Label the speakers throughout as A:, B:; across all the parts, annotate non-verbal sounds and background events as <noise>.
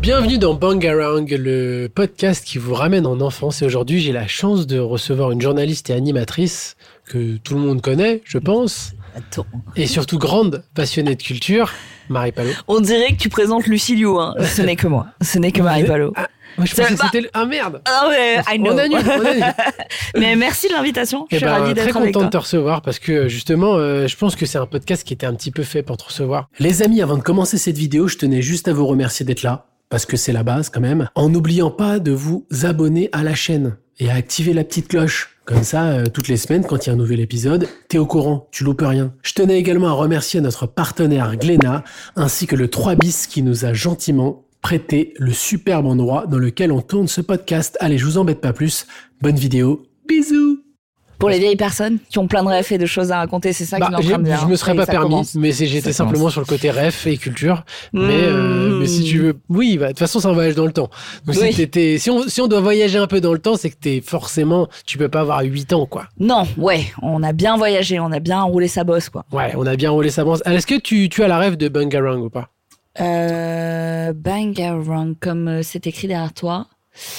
A: Bienvenue dans Bangarang, le podcast qui vous ramène en enfance. Et aujourd'hui, j'ai la chance de recevoir une journaliste et animatrice que tout le monde connaît, je pense,
B: Attends.
A: et surtout grande passionnée de culture, Marie Palot.
B: On dirait que tu présentes Lucilio, hein.
A: Euh,
B: Ce n'est que moi. Ce n'est que Marie Palot.
A: Moi, je
B: Ça
A: pensais que
B: va.
A: c'était le... Ah merde
B: Ah ouais, I know.
A: On annule, on annule.
B: Mais merci de l'invitation. Je
A: Eh
B: suis
A: ben,
B: ravie
A: très
B: d'être avec
A: content de
B: toi.
A: te recevoir parce que justement, euh, je pense que c'est un podcast qui était un petit peu fait pour te recevoir. Les amis, avant de commencer cette vidéo, je tenais juste à vous remercier d'être là parce que c'est la base quand même. En n'oubliant pas de vous abonner à la chaîne et à activer la petite cloche. Comme ça, euh, toutes les semaines, quand il y a un nouvel épisode, t'es au courant, tu loupes rien. Je tenais également à remercier notre partenaire Glénat ainsi que le 3 bis qui nous a gentiment prêté le superbe endroit dans lequel on tourne ce podcast. Allez, je vous embête pas plus. Bonne vidéo. Bisous
B: Pour les vieilles personnes qui ont plein de rêves et de choses à raconter, c'est ça
A: bah,
B: que tu es en
A: j'ai-
B: train de dire.
A: je me serais
B: Oui,
A: pas
B: ça
A: permis,
B: commence.
A: mais c'est- j'étais
B: Ça commence.
A: simplement sur le côté ref et culture. Mais, euh,
B: Mmh.
A: mais si tu veux, oui, bah, de toute façon, c'est un voyage dans le temps. Donc, si
B: Oui.
A: t'étais- si, on, si on doit voyager un peu dans le temps, c'est que t'es forcément, tu peux pas avoir 8 ans, quoi.
B: Non, ouais, on a bien voyagé, on a bien roulé sa bosse, quoi.
A: Ouais, on a bien roulé sa bande. Est-ce que tu, tu as la rêve de Bangarang ou pas
B: Euh, Bangarang, comme euh, c'est écrit derrière toi.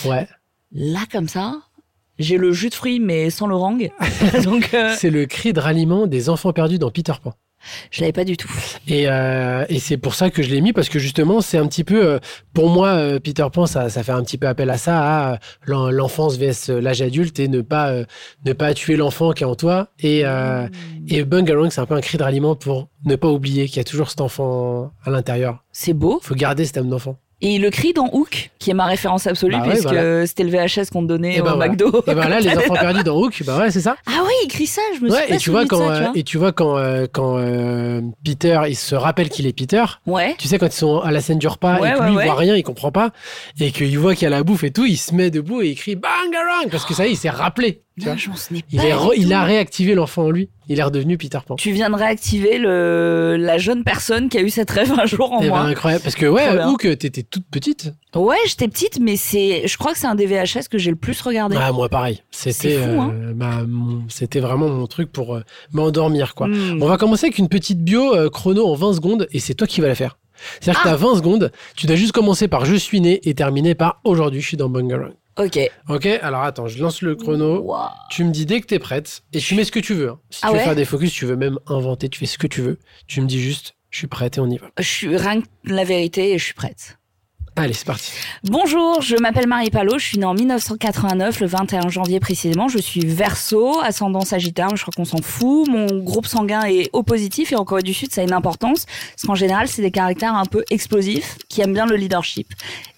A: Ouais,
B: Là, comme ça, j'ai le jus de fruits, mais sans le rang. <laughs> Donc, euh,
A: c'est le cri de ralliement des enfants perdus dans Peter Pan.
B: je l'avais pas du tout.
A: Et, euh, et c'est pour ça que je l'ai mis parce que justement c'est un petit peu euh, pour moi euh, Peter Pan ça, ça fait un petit peu appel à ça à euh, l'en- l'enfance vs euh, l'âge adulte et ne pas euh, ne pas tuer l'enfant qui est en toi et euh,
B: Mmh.
A: et Bungarong c'est un peu un cri de ralliement pour ne pas oublier qu'il y a toujours cet enfant à l'intérieur
B: C'est beau.
A: faut garder cette âme d'enfant
B: Et le cri dans Hook, qui est ma référence absolue,
A: Bah ouais,
B: puisque
A: voilà.
B: c'était le VHS qu'on te donnait
A: Eh ben
B: au
A: voilà.
B: McDo.
A: et ben là les enfants perdus dans Hook bah ouais c'est ça
B: <laughs> Ah oui, il crie ça, je me suis
A: ouais
B: pas
A: et tu vois
B: souvenu de
A: quand
B: ça, tu
A: euh,
B: vois.
A: et tu vois quand euh, quand euh, Peter il se rappelle qu'il est Peter
B: Ouais,
A: Tu sais, quand ils sont à la scène du repas et
B: Ouais,
A: que
B: ouais,
A: lui,
B: ouais.
A: il voit rien, il comprend pas, et qu'il voit qu'il y a la bouffe et tout, il se met debout et il crie Bangarang Parce que ça y est, il s'est rappelé. tu vois.
B: Non, je m'en souvenais
A: il,
B: pas
A: est
B: du
A: re- il
B: tout.
A: a réactivé l'enfant en lui. Il est redevenu Peter Pan.
B: Tu viens de réactiver le... la jeune personne qui a eu cette rêve un jour en
A: Eh ben,
B: moi.
A: incroyable. Parce que,
B: Trop
A: ouais,
B: bien.
A: ou que t'étais toute petite.
B: Ouais, j'étais petite, mais c'est, je crois que c'est un des VHS que j'ai le plus regardé.
A: Ah, moi, pareil. C'était
B: C'est fou, hein.
A: euh, bah, mon- c'était vraiment mon truc pour euh, m'endormir, quoi.
B: Hmm.
A: On va commencer avec une petite bio euh, chrono en 20 secondes et c'est toi qui vas la faire. C'est-à-dire que
B: Ah.
A: t'as 20 secondes, tu dois juste commencer par je suis né et terminer par aujourd'hui je suis dans Bangarang.
B: Ok.
A: Ok, alors attends, je lance le chrono.
B: Wow.
A: Tu me dis dès que t'es prête et tu mets ce que tu veux. hein. Si
B: Ah
A: tu veux
B: ouais
A: faire des focus, tu veux même inventer, tu fais ce que tu veux. Tu me dis juste, je suis prête et on y va.
B: Je suis rien que la vérité et je suis prête.
A: Allez, c'est parti.
B: Bonjour, je m'appelle Marie Palot, je suis née en 1989, le 21 janvier précisément. Je suis verso, ascendant sagittaire, je crois qu'on s'en fout. Mon groupe sanguin est O positif et en Corée du Sud, ça a une importance. Parce qu'en général, c'est des caractères un peu explosifs qui aiment bien le leadership.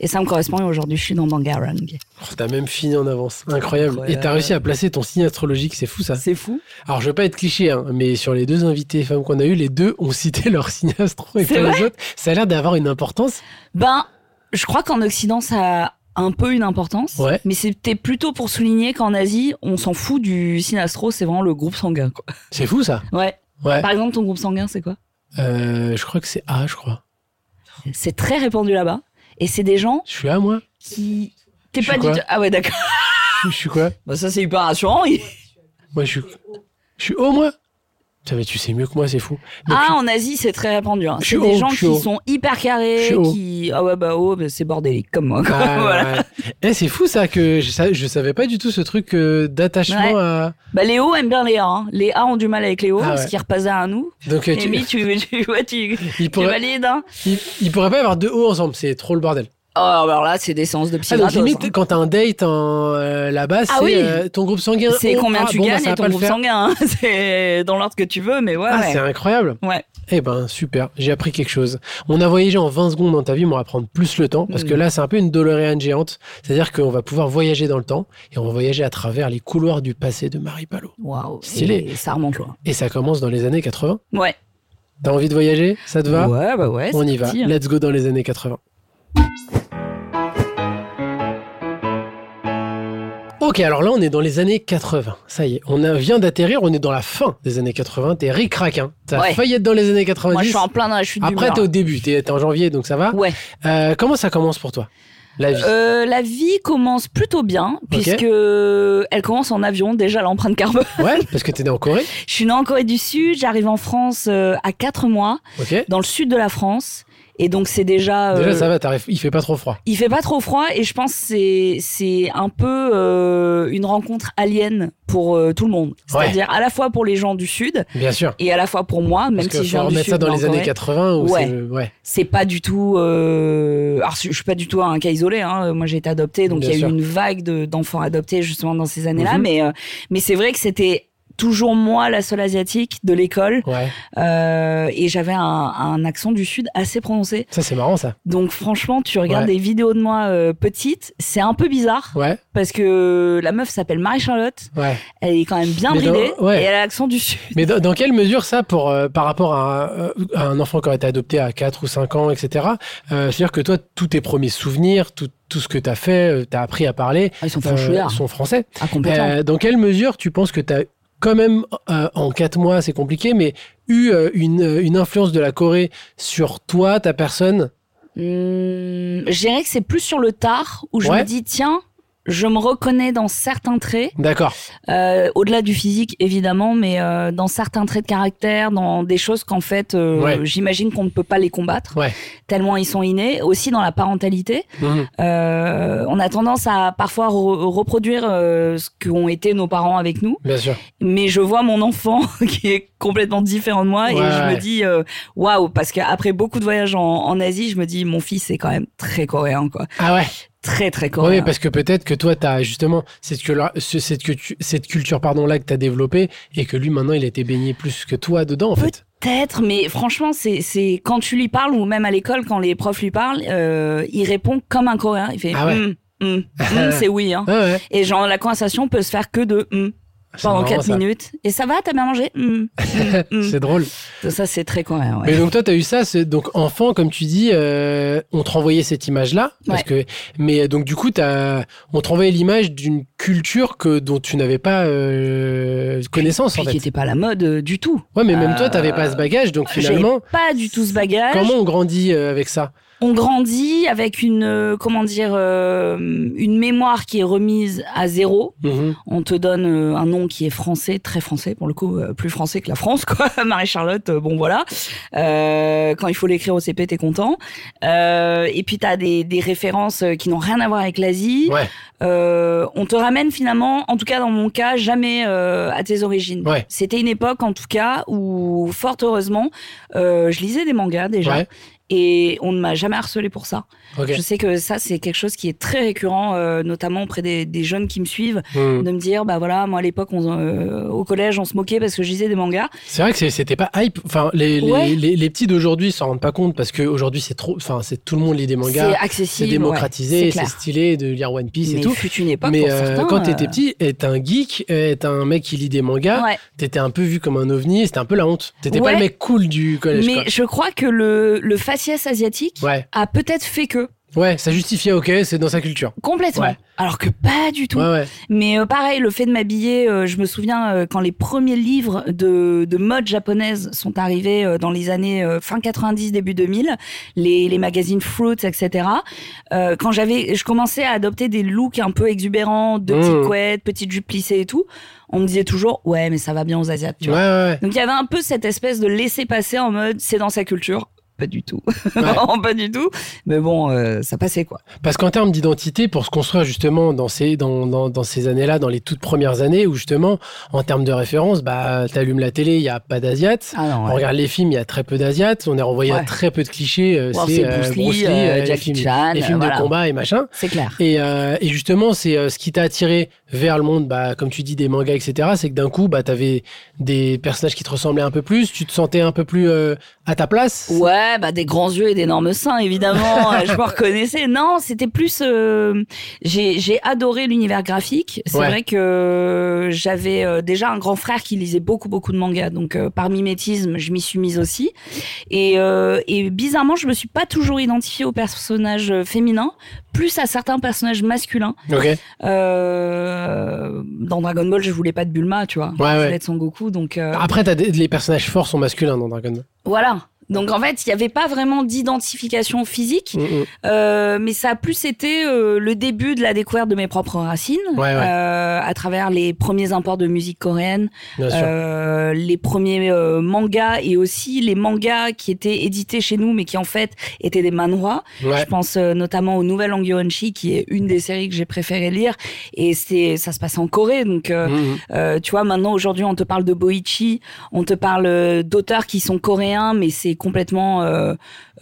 B: Et ça me correspond et aujourd'hui, je suis dans Bangarang.
A: Oh, t'as même fini en avance. Incroyable.
B: Incroyable.
A: Et t'as réussi à placer ton signe astrologique, c'est fou ça.
B: Bah, C'est fou.
A: Alors je veux pas être cliché, hein, mais sur les deux invités femmes qu'on a eu, les deux ont cité <laughs> leur signe astro et
B: C'est
A: pas les
B: vrai
A: autres. Ça a l'air d'avoir une importance.
B: Ben, je crois qu'en Occident, ça a un peu une importance.
A: Ouais.
B: Mais c'était plutôt pour souligner qu'en Asie, on s'en fout du sinastro, c'est vraiment le groupe sanguin. Quoi.
A: C'est fou ça.
B: Ouais.
A: Ouais.
B: Par exemple, ton groupe sanguin, c'est quoi
A: Euh, je crois que c'est A, je crois.
B: C'est très répandu là-bas. Et c'est des gens
A: Je suis A moi.
B: qui. T'es
A: Je
B: pas
A: suis
B: du
A: quoi
B: tout. Ah ouais, d'accord.
A: Je suis quoi
B: Bah, ça, c'est hyper rassurant.
A: Moi je suis. Je suis O moi. Putain, mais tu sais mieux que moi, c'est fou. Donc,
B: ah, en Asie, c'est très répandu. hein.
A: Je
B: C'est
A: suis
B: des
A: haut,
B: gens
A: je
B: qui
A: suis haut.
B: sont hyper
A: Je
B: carrés,
A: suis haut.
B: qui. Ah ouais, bah, oh, bah, c'est bordélique, comme moi. quoi. <laughs>
A: Ah,
B: Voilà.
A: ouais. Eh, c'est fou ça que je, sa- je savais pas du tout ce truc euh, d'attachement à.
B: Bah, les hauts aiment bien les A. hein. Les A ont du mal avec les hauts,
A: Ah
B: parce
A: ouais.
B: qu'ils repassent à nous.
A: Donc euh,
B: Et
A: tu,
B: mi, tu, tu, vois, tu, tu
A: il pourrait,
B: valides, hein.
A: il, il pourrait pas y avoir deux hauts ensemble, c'est trop le bordel.
B: Oh, bah, alors là, c'est des séances de psy
A: Ah, donc
B: gratos,
A: limite
B: hein.
A: quand t'as un date en euh, là-bas,
B: Ah
A: c'est
B: oui.
A: euh, ton groupe sanguin.
B: C'est
A: oh,
B: combien
A: ah,
B: tu
A: bon, bah,
B: gagnes
A: ça va pas
B: et ton
A: le
B: groupe
A: faire.
B: sanguin. hein. <laughs> C'est dans l'ordre que tu veux, mais ouais.
A: Ah,
B: ouais.
A: c'est incroyable.
B: Ouais.
A: Eh ben super, j'ai appris quelque chose. On a voyagé en 20 secondes dans ta vie, mais on va prendre plus le temps parce que
B: Mm.
A: là c'est un peu une DeLorean géante, c'est-à-dire qu'on va pouvoir voyager dans le temps et on va voyager à travers les couloirs du passé de Marie Palot.
B: Waouh.
A: Stylé.
B: Et Ça remonte loin.
A: Et ça commence dans les années 80.
B: Ouais.
A: T'as envie de voyager Ça te va
B: Ouais, bah ouais.
A: On
B: c'est
A: y va.
B: parti.
A: Let's go dans les années 80. Ok, alors là, on est dans les années 80. Ça y est, on a- vient d'atterrir, on est dans la fin des années 80. T'es ric-rac, hein. T'as
B: Ouais.
A: failli être dans les années 90.
B: Moi, je suis en plein dans la chute
A: Après,
B: d'humeur.
A: t'es au début, t'es t'es en janvier, donc ça va.
B: Ouais.
A: Euh, comment ça commence pour toi La vie
B: Euh, la vie commence plutôt bien, puisque euh, elle commence en avion, déjà l'empreinte carbone. <laughs>
A: Ouais, parce que t'es né en Corée.
B: Je suis née en Corée du Sud, j'arrive en France euh, à 4 mois,
A: Ok.
B: dans le sud de la France. Et donc c'est déjà.
A: Déjà,
B: euh,
A: ça va, t'arrives- il fait pas trop froid.
B: il fait pas trop froid et je pense que c'est c'est un peu euh, une rencontre alien pour euh, tout le monde. C'est-à-dire à la fois pour les gens du sud
A: Bien sûr.
B: et à la fois pour moi, même
A: Parce
B: si
A: que faut
B: je viens du
A: remettre
B: sud.
A: ça dans
B: mais
A: les
B: en
A: années
B: Corée,
A: 80 ou
B: Ouais.
A: c'est le- ouais.
B: c'est pas du tout. Euh... Alors, je je suis pas du tout un cas isolé. Hein. Moi, j'ai été adoptée, donc il
A: Bien
B: y a
A: sûr.
B: eu une vague de- d'enfants adoptés justement dans ces années-là.
A: Mhm.
B: Mais euh, mais c'est vrai que c'était toujours moi la seule asiatique de l'école
A: Ouais.
B: euh, et j'avais un, un accent du sud assez prononcé.
A: Ça c'est marrant ça.
B: Donc franchement, tu regardes
A: Ouais.
B: des vidéos de moi euh, petite, c'est un peu bizarre
A: Ouais.
B: parce que la meuf s'appelle Marie-Charlotte,
A: Ouais.
B: elle est quand même bien
A: Mais dans-
B: bridée
A: ouais.
B: et elle a l'accent du sud.
A: Mais dans, dans quelle mesure ça, pour, euh, par rapport à, euh, à un enfant qui aurait été adopté à 4 ou 5 ans, etc., euh, c'est-à-dire que toi, tous tes premiers souvenirs, tout, tout ce que tu as fait, tu as appris à parler,
B: Ah, Ils sont
A: euh,
B: franchouillards,
A: sont français.
B: ah, complètement.
A: Euh, dans quelle mesure tu penses que tu as quand même, euh, en 4 mois, c'est compliqué, mais eu euh, une, euh, une influence de la Corée sur toi, ta personne
B: Hum, je dirais que c'est plus sur le tard où je
A: Ouais.
B: me dis tiens, je me reconnais dans certains traits,
A: D'accord.
B: euh, au-delà du physique évidemment, mais euh, dans certains traits de caractère, dans des choses qu'en fait euh,
A: Ouais.
B: j'imagine qu'on ne peut pas les combattre
A: Ouais.
B: tellement ils sont innés. Aussi dans la parentalité. Euh, on a tendance à parfois re- reproduire euh, ce qu'ont été nos parents avec nous,
A: Bien sûr.
B: mais je vois mon enfant <laughs> qui est complètement différent de moi et
A: Ouais,
B: je
A: ouais.
B: me dis euh, waouh parce qu'après beaucoup de voyages en, en Asie, je me dis mon fils est quand même très coréen quoi,
A: Ah ouais
B: très très
A: Oui,
B: coréen.
A: parce que peut-être que toi, t'as justement cette, cul- ce- cette, cultu- cette culture pardon, là que tu as développée et que lui, maintenant, il a été baigné plus que toi dedans, en fait.
B: Peut-être, mais franchement c'est c'est quand tu lui parles ou même à l'école quand les profs lui parlent, euh, il répond comme un coréen. Il fait
A: Ah ouais.
B: Hum, hum,
A: <laughs>
B: hum, c'est oui hein.
A: Ah ouais. Ah,
B: Et genre la conversation peut se faire que de hum
A: C'est
B: pendant
A: marrant,
B: 4
A: ça.
B: minutes. Et ça va, t'as bien mangé Hum, hum,
A: <laughs>
B: hum.
A: C'est drôle.
B: Ça, c'est très coréen, ouais.
A: Mais donc, toi, tu as eu ça. c'est- Donc, enfant, comme tu dis, euh, on te renvoyait cette image-là. parce que Mais euh, donc, du coup, t'as- on te renvoyait l'image d'une culture que, dont tu n'avais pas euh, connaissance,
B: Puis
A: en
B: qui
A: fait.
B: était pas la mode euh, du tout.
A: Ouais, mais même toi,
B: Euh,
A: tu n'avais pas ce bagage. Donc,
B: J'ai
A: finalement,
B: pas du tout ce bagage.
A: comment on grandit euh, avec ça
B: On grandit avec une, euh, comment dire, euh, une mémoire qui est remise à zéro.
A: Mhm.
B: On te donne euh, un nom qui est français, très français pour le coup, euh, plus français que la France, <laughs> quoi. Marie-Charlotte, euh, bon voilà. Euh, quand il faut l'écrire au CP, t'es content. Euh, et puis t'as des, des références euh, qui n'ont rien à voir avec l'Asie.
A: Ouais,
B: Euh, on te ramène finalement, en tout cas dans mon cas, jamais euh, à tes origines.
A: Ouais.
B: C'était une époque, en tout cas, où fort heureusement, euh, je lisais des mangas déjà.
A: Ouais.
B: Et on ne m'a jamais harcelé pour ça.
A: ok.
B: Je sais que ça, c'est quelque chose qui est très récurrent, euh, notamment auprès des, des jeunes qui me suivent,
A: Mhm.
B: de me dire, bah voilà, moi à l'époque, on, euh, au collège, on se moquait parce que je lisais des mangas.
A: C'est vrai que c'est- c'était pas hype. Enfin, les, les,
B: Ouais.
A: les, les petits d'aujourd'hui s'en rendent pas compte parce qu'aujourd'hui, c'est trop. Enfin, c'est tout le monde lit des
B: C'est
A: mangas. C'est
B: accessible. ouais,
A: démocratisé,
B: c'est
A: c'est
B: clair.
A: stylé de lire One Piece
B: Mais
A: et tout.
B: fut une époque
A: Mais
B: pour
A: euh,
B: certains,
A: quand t'étais
B: euh,
A: petit, ah, être un geek, être un mec qui lit des mangas,
B: ouais.
A: t'étais un peu vu comme un ovni, c'était un peu la honte. T'étais pas
B: Ouais.
A: le mec cool du collège.
B: Mais je crois que le, le faciès asiatique
A: quoi. Ouais,
B: a peut-être fait que.
A: ouais, ça justifiait, ok, c'est dans sa culture.
B: Complètement.
A: Ouais.
B: Alors que pas du tout.
A: Ouais, ouais.
B: Mais euh, pareil, le fait de m'habiller, euh, je me souviens euh, quand les premiers livres de, de mode japonaise sont arrivés euh, dans les années euh, fin 90, début 2000, les, les magazines Fruits, etc. Euh, quand j'avais, je commençais à adopter des looks un peu exubérants, de
A: Mmh.
B: petites couettes, petites jupes lissées et tout, on me disait toujours, ouais, mais ça va bien aux Asiates, tu
A: ouais,
B: vois.
A: ouais.
B: Donc il y avait un peu cette espèce de laisser passer en mode, c'est dans sa culture. Pas du tout. <laughs> Non, pas du tout. Mais bon, euh, ça passait quoi.
A: Parce qu'en termes d'identité, pour se construire justement dans ces, dans, dans, dans ces années-là, dans les toutes premières années, où justement, en termes de référence, bah, t'allumes la télé, il n'y a pas d'Asiates.
B: Ah non,
A: On regarde les films, il y a très peu d'Asiates, on est renvoyé à
B: Ouais.
A: très peu de clichés. euh,
B: Voir,
A: c'est
B: c'est
A: euh,
B: Bruce Lee, euh,
A: euh, les
B: Jackie
A: films,
B: Chan,
A: les films
B: euh,
A: de
B: voilà.
A: combat et machin.
B: C'est clair.
A: Et, euh, et justement, c'est euh, ce qui t'a attiré vers le monde, bah, comme tu dis, des mangas, etc. C'est que d'un coup, bah, t'avais des personnages qui te ressemblaient un peu plus, tu te sentais un peu plus euh, à ta place.
B: Ouais, bah des grands yeux et d'énormes seins, évidemment. Euh, je me reconnaissais. Non, c'était plus. euh, j'ai j'ai adoré l'univers graphique. C'est
A: Ouais.
B: vrai que j'avais euh, déjà un grand frère qui lisait beaucoup beaucoup de mangas, donc euh, par mimétisme, je m'y suis mise aussi. Et, euh, et bizarrement, je me suis pas toujours identifiée aux personnages euh, féminins, plus à certains personnages masculins.
A: Ok. Ouais,
B: Euh, dans Dragon Ball, je voulais pas de Bulma, tu vois. Je voulais
A: Ah ouais.
B: être Son Goku, donc. euh,
A: Après, t'as des- les personnages forts sont masculins dans Dragon Ball.
B: voilà. Donc en fait, il n'y avait pas vraiment d'identification physique,
A: Mm, mm.
B: euh, mais ça a plus été euh, le début de la découverte de mes propres racines,
A: Ah Ouais, ouais.
B: euh, à travers les premiers imports de musique coréenne,
A: Bien sûr.
B: euh, les premiers euh, mangas et aussi les mangas qui étaient édités chez nous mais qui en fait étaient des manhwas.
A: Ouais.
B: Je pense euh, notamment au Nouvel Ongi-Onshi qui est une des séries que j'ai préféré lire et c'est ça se passe en Corée donc euh,
A: Mm, mm.
B: euh, tu vois maintenant aujourd'hui on te parle de Boichi, on te parle euh, d'auteurs qui sont coréens mais c'est complètement euh,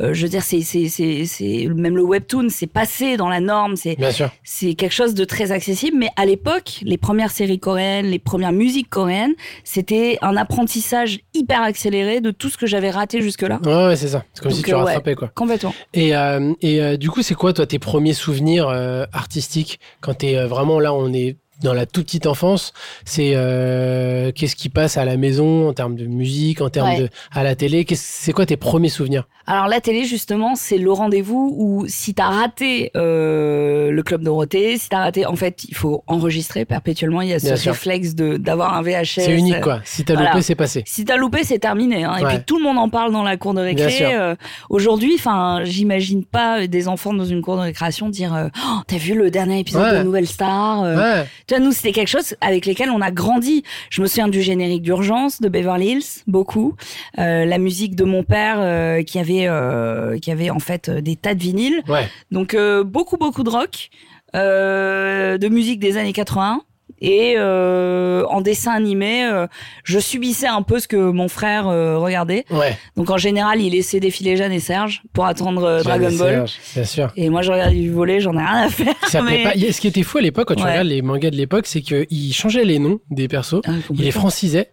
B: euh, je veux dire c'est c'est c'est c'est même le webtoon c'est passé dans la norme, c'est
A: Bien sûr.
B: c'est quelque chose de très accessible, mais à l'époque, les premières séries coréennes, les premières musiques coréennes, c'était un apprentissage hyper accéléré de tout ce que j'avais raté jusque-là.
A: Ouais, ouais, c'est ça. C'est comme
B: Donc,
A: si tu
B: euh, ouais.
A: rattrapais, quoi.
B: Complètement.
A: Et, euh, et euh, du coup, c'est quoi, toi, tes premiers souvenirs euh, artistiques quand t'es euh, vraiment là, on est dans la toute petite enfance C'est euh, qu'est-ce qui passe à la maison en termes de musique, en termes
B: Ouais.
A: de à la télé Qu'est-ce- C'est quoi tes premiers souvenirs
B: Alors la télé, justement, c'est le rendez-vous où si t'as raté euh, le club Dorothée, si t'as raté, en fait, il faut enregistrer perpétuellement. Il y a ce
A: Bien sûr.
B: réflexe de d'avoir un VHS.
A: C'est unique, quoi. Si t'as
B: voilà.
A: loupé, c'est passé.
B: Si t'as loupé, c'est terminé. Hein.
A: Ouais.
B: Et puis tout le monde en parle dans la cour de
A: Bien sûr.
B: récré. Euh, Aujourd'hui, enfin, j'imagine pas des enfants dans une cour de récréation dire euh, Oh, T'as vu le dernier épisode
A: Ouais.
B: de Nouvelle Star Euh,
A: Ouais,
B: Tu vois, nous, c'était quelque chose avec lesquels on a grandi. Je me souviens du générique d'urgence de Beverly Hills, beaucoup. Euh, la musique de mon père euh, qui avait euh, qui avait en fait euh, des tas de vinyles.
A: ouais.
B: Donc euh, beaucoup beaucoup de rock, euh, de musique des années 80. Et euh, en dessin animé, euh, je subissais un peu ce que mon frère euh, regardait.
A: ouais.
B: Donc en général, il laissait défiler Jeanne et Serge pour attendre euh, Dragon
A: J'avais
B: Ball.
A: Serge, Bien
B: <laughs>
A: sûr.
B: Et moi, je regardais du volet, j'en ai rien à faire.
A: Ça plaît
B: mais-
A: pas. Il y a- Ce qui était fou à l'époque, quand tu
B: Ouais.
A: regardes les mangas de l'époque, c'est qu'ils changeaient les noms des persos.
B: Ah,
A: Ils les francisaient.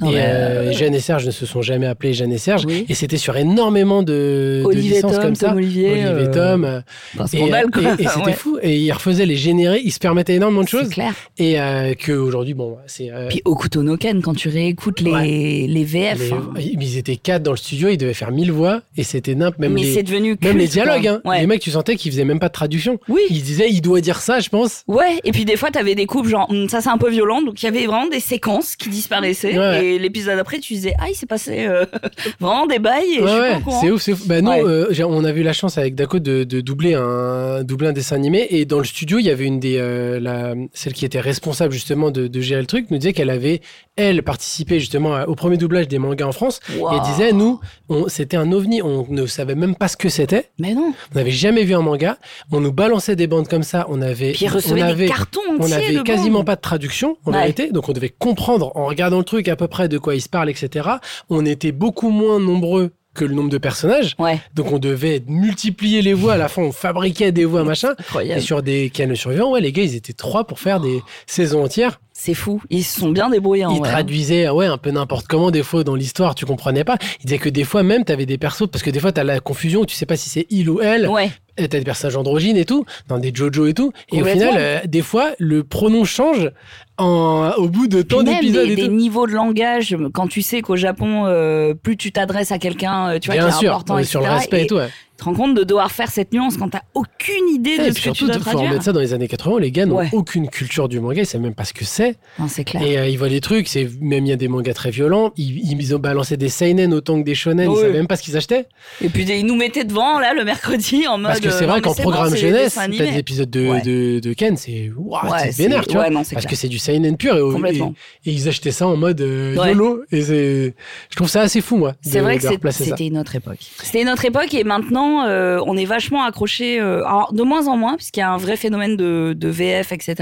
B: Non,
A: et
B: mais,
A: euh, Jeanne et Serge ne se sont jamais appelés Jeanne et Serge.
B: Oui.
A: Et c'était sur énormément de, de
B: Olivier
A: licences
B: Tom,
A: comme ça.
B: Tom Olivier.
A: Olivier
B: euh,
A: Tom. euh,
B: un
A: et,
B: scandale, quoi. <laughs> Ah
A: et- et c'était
B: Ouais.
A: fou. Et ils refaisaient les générés. Ils se permettaient énormément de
B: C'est
A: choses.
B: clair.
A: Et euh, qu'aujourd'hui, bon, c'est. euh,
B: Puis au couteau no Ken, quand tu réécoutes les, les VF.
A: les-
B: hein.
A: ils étaient quatre dans le studio, ils devaient faire mille voix. Et c'était nimp. Même
B: mais c'est
A: les,
B: devenu culte,
A: même les
B: quoi.
A: dialogues. hein.
B: Ouais.
A: Les mecs, tu sentais qu'ils faisaient même pas de traduction.
B: Oui.
A: Ils disaient, il doit dire ça, je pense.
B: Ouais, et puis des fois, t'avais des coupes genre, Hum, ça c'est un peu violent, donc il y avait vraiment des séquences qui disparaissaient,
A: Ouais.
B: et l'épisode après, tu disais, ah, il s'est passé euh, <laughs> vraiment des bails, et je
A: Ouais,
B: suis
A: ouais,
B: pas au courant.
A: c'est ouf, c'est ouf. Bah non,
B: Ouais.
A: euh, j'ai- on a eu la chance avec Daco de, de doubler un doubler un dessin animé et dans le studio, il y avait une des euh, la, celle qui était responsable justement de, de gérer le truc nous disait qu'elle avait elle participé justement à- au premier doublage des mangas en France et
B: Wow.
A: elle disait nous on- c'était un ovni, on ne savait même pas ce que c'était,
B: Mais non,
A: on n'avait jamais vu un manga, on nous balançait des bandes comme ça, on avait
B: puis ils
A: on
B: recevaient
A: avait
B: des cartons entiers
A: on
B: de
A: n'avait
B: bandes.
A: quasiment pas de traduction en
B: Ouais.
A: vérité, donc on devait comprendre en regardant le truc à peu près de quoi il se parle, etc. On était beaucoup moins nombreux que le nombre de personnages,
B: Ouais,
A: donc on devait multiplier les voix. À la fin, on fabriquait des voix, machin. Et
B: incroyable.
A: sur des cannes survivants, ouais, les gars, ils étaient trois pour faire des saisons entières.
B: C'est fou, ils se sont bien débrouillés en
A: Ils
B: vrai.
A: traduisaient, ouais, un peu n'importe comment. Des fois, dans l'histoire, tu comprenais pas. Ils disaient que des fois, même, t'avais des persos, parce que des fois, t'as la confusion, tu sais pas si c'est il ou elle.
B: hein. Ouais,
A: Et euh, T'as des personnages androgynes et tout, dans des JoJo et tout. Et au
B: Complètement.
A: final, euh, des fois, le pronom change en, au bout de
B: Puis
A: tant
B: même
A: d'épisodes
B: des,
A: et
B: des
A: tout.
B: niveaux de langage, quand tu sais qu'au Japon, euh, plus tu t'adresses à quelqu'un, euh, tu vois,
A: Bien
B: qui est
A: sûr,
B: important,
A: on est sur le
B: etc.,
A: respect et,
B: et
A: tout. ouais.
B: Tu te rends compte de devoir faire cette nuance quand t'as aucune idée
A: Et
B: de ce
A: Eh, puis
B: que tu
A: surtout,
B: dois
A: il faut
B: traduire.
A: remettre ça dans les années 80, les gars n'ont
B: Ouais.
A: aucune culture du manga, ils savent même pas ce que c'est.
B: Non, c'est clair.
A: Et euh, ils voient des trucs, c'est même il y a des mangas très violents, ils, ils ont balancé des seinen autant que des shonen, ils
B: Oui.
A: savaient même pas ce qu'ils achetaient.
B: Et puis des- ils nous mettaient devant là le mercredi en mode.
A: Parce que c'est
B: euh,
A: vrai
B: non,
A: qu'en
B: mais c'est bon,
A: programme
B: c'est des
A: jeunesse,
B: dessins
A: t'as
B: animés.
A: des épisodes de,
B: Ouais.
A: de, de Ken, c'est waouh,
B: Ouais,
A: c'est vénère, tu vois.
B: ouais, non, c'est
A: Parce
B: clair.
A: que c'est du seinen pur et, au- et,
B: Complètement.
A: et ils achetaient ça en mode euh,
B: Ouais.
A: YOLO. Et c'est- je trouve ça assez fou, moi.
B: C'est
A: de-
B: vrai
A: de
B: que c'est-
A: replacer ça.
B: c'était une autre époque. C'était une autre époque et maintenant euh, on est vachement accroché, euh, alors de moins en moins puisqu'il y a un vrai phénomène de, de VF etc.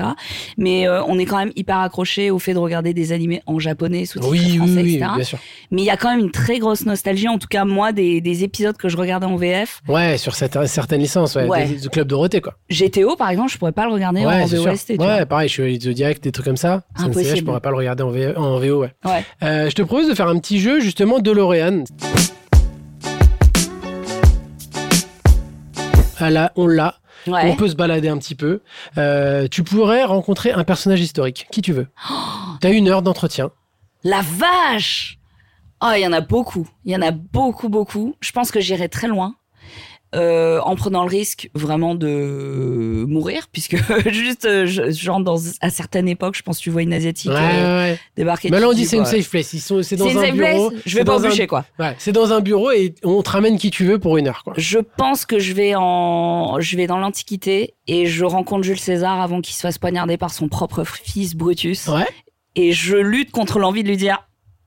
B: Mais euh, on est quand même hyper accroché au fait de regarder des animés en japonais sous-titrés
A: Oui, oui,
B: français
A: oui,
B: etc.
A: bien sûr.
B: Mais il y a quand même une très grosse nostalgie en tout cas moi des, des épisodes que je regardais en VF.
A: Ouais, sur cette- certaines licences, ouais,
B: Ouais.
A: des- Du club Dorothée, quoi.
B: GTO par exemple je pourrais pas le regarder
A: ouais,
B: en
A: c'est sûr.
B: VOST. tu vois.
A: ouais, pareil, je suis allé de direct, des trucs comme ça. Ça me fait, Je
B: Impossible.
A: pourrais pas le regarder en, V- en VO, ouais.
B: Ouais.
A: Euh, je te propose de faire un petit jeu, justement, de L'Oréal. Ah là, on l'a.
B: Ouais.
A: On peut se balader un petit peu. Euh, tu pourrais rencontrer un personnage historique, qui tu veux.
B: Oh.
A: T'as une heure d'entretien.
B: La Ah, vache Oh, il y en a beaucoup. Il y en a beaucoup, beaucoup. Je pense que j'irai très loin. euh, en prenant le risque vraiment de mourir, puisque <laughs> juste, euh, je- genre, dans, à certaines époques, je pense que tu vois une Asiatique
A: Ouais,
B: euh,
A: ouais, ouais.
B: débarquer.
A: Mais
B: tu
A: là, on
B: te
A: dit
B: dis,
A: c'est une
B: quoi,
A: safe place. Ils sont- C'est dans
B: C'est une
A: un
B: safe
A: bureau.
B: place, je
A: c'est
B: vais pas au
A: dans un-
B: bûcher, quoi.
A: Ouais, c'est dans un bureau et on te ramène qui tu veux pour une heure. Quoi.
B: Je pense que je vais en, je vais dans l'Antiquité et je rencontre Jules César avant qu'il se fasse poignarder par son propre fils Brutus.
A: Ouais.
B: Et je lutte contre l'envie de lui dire,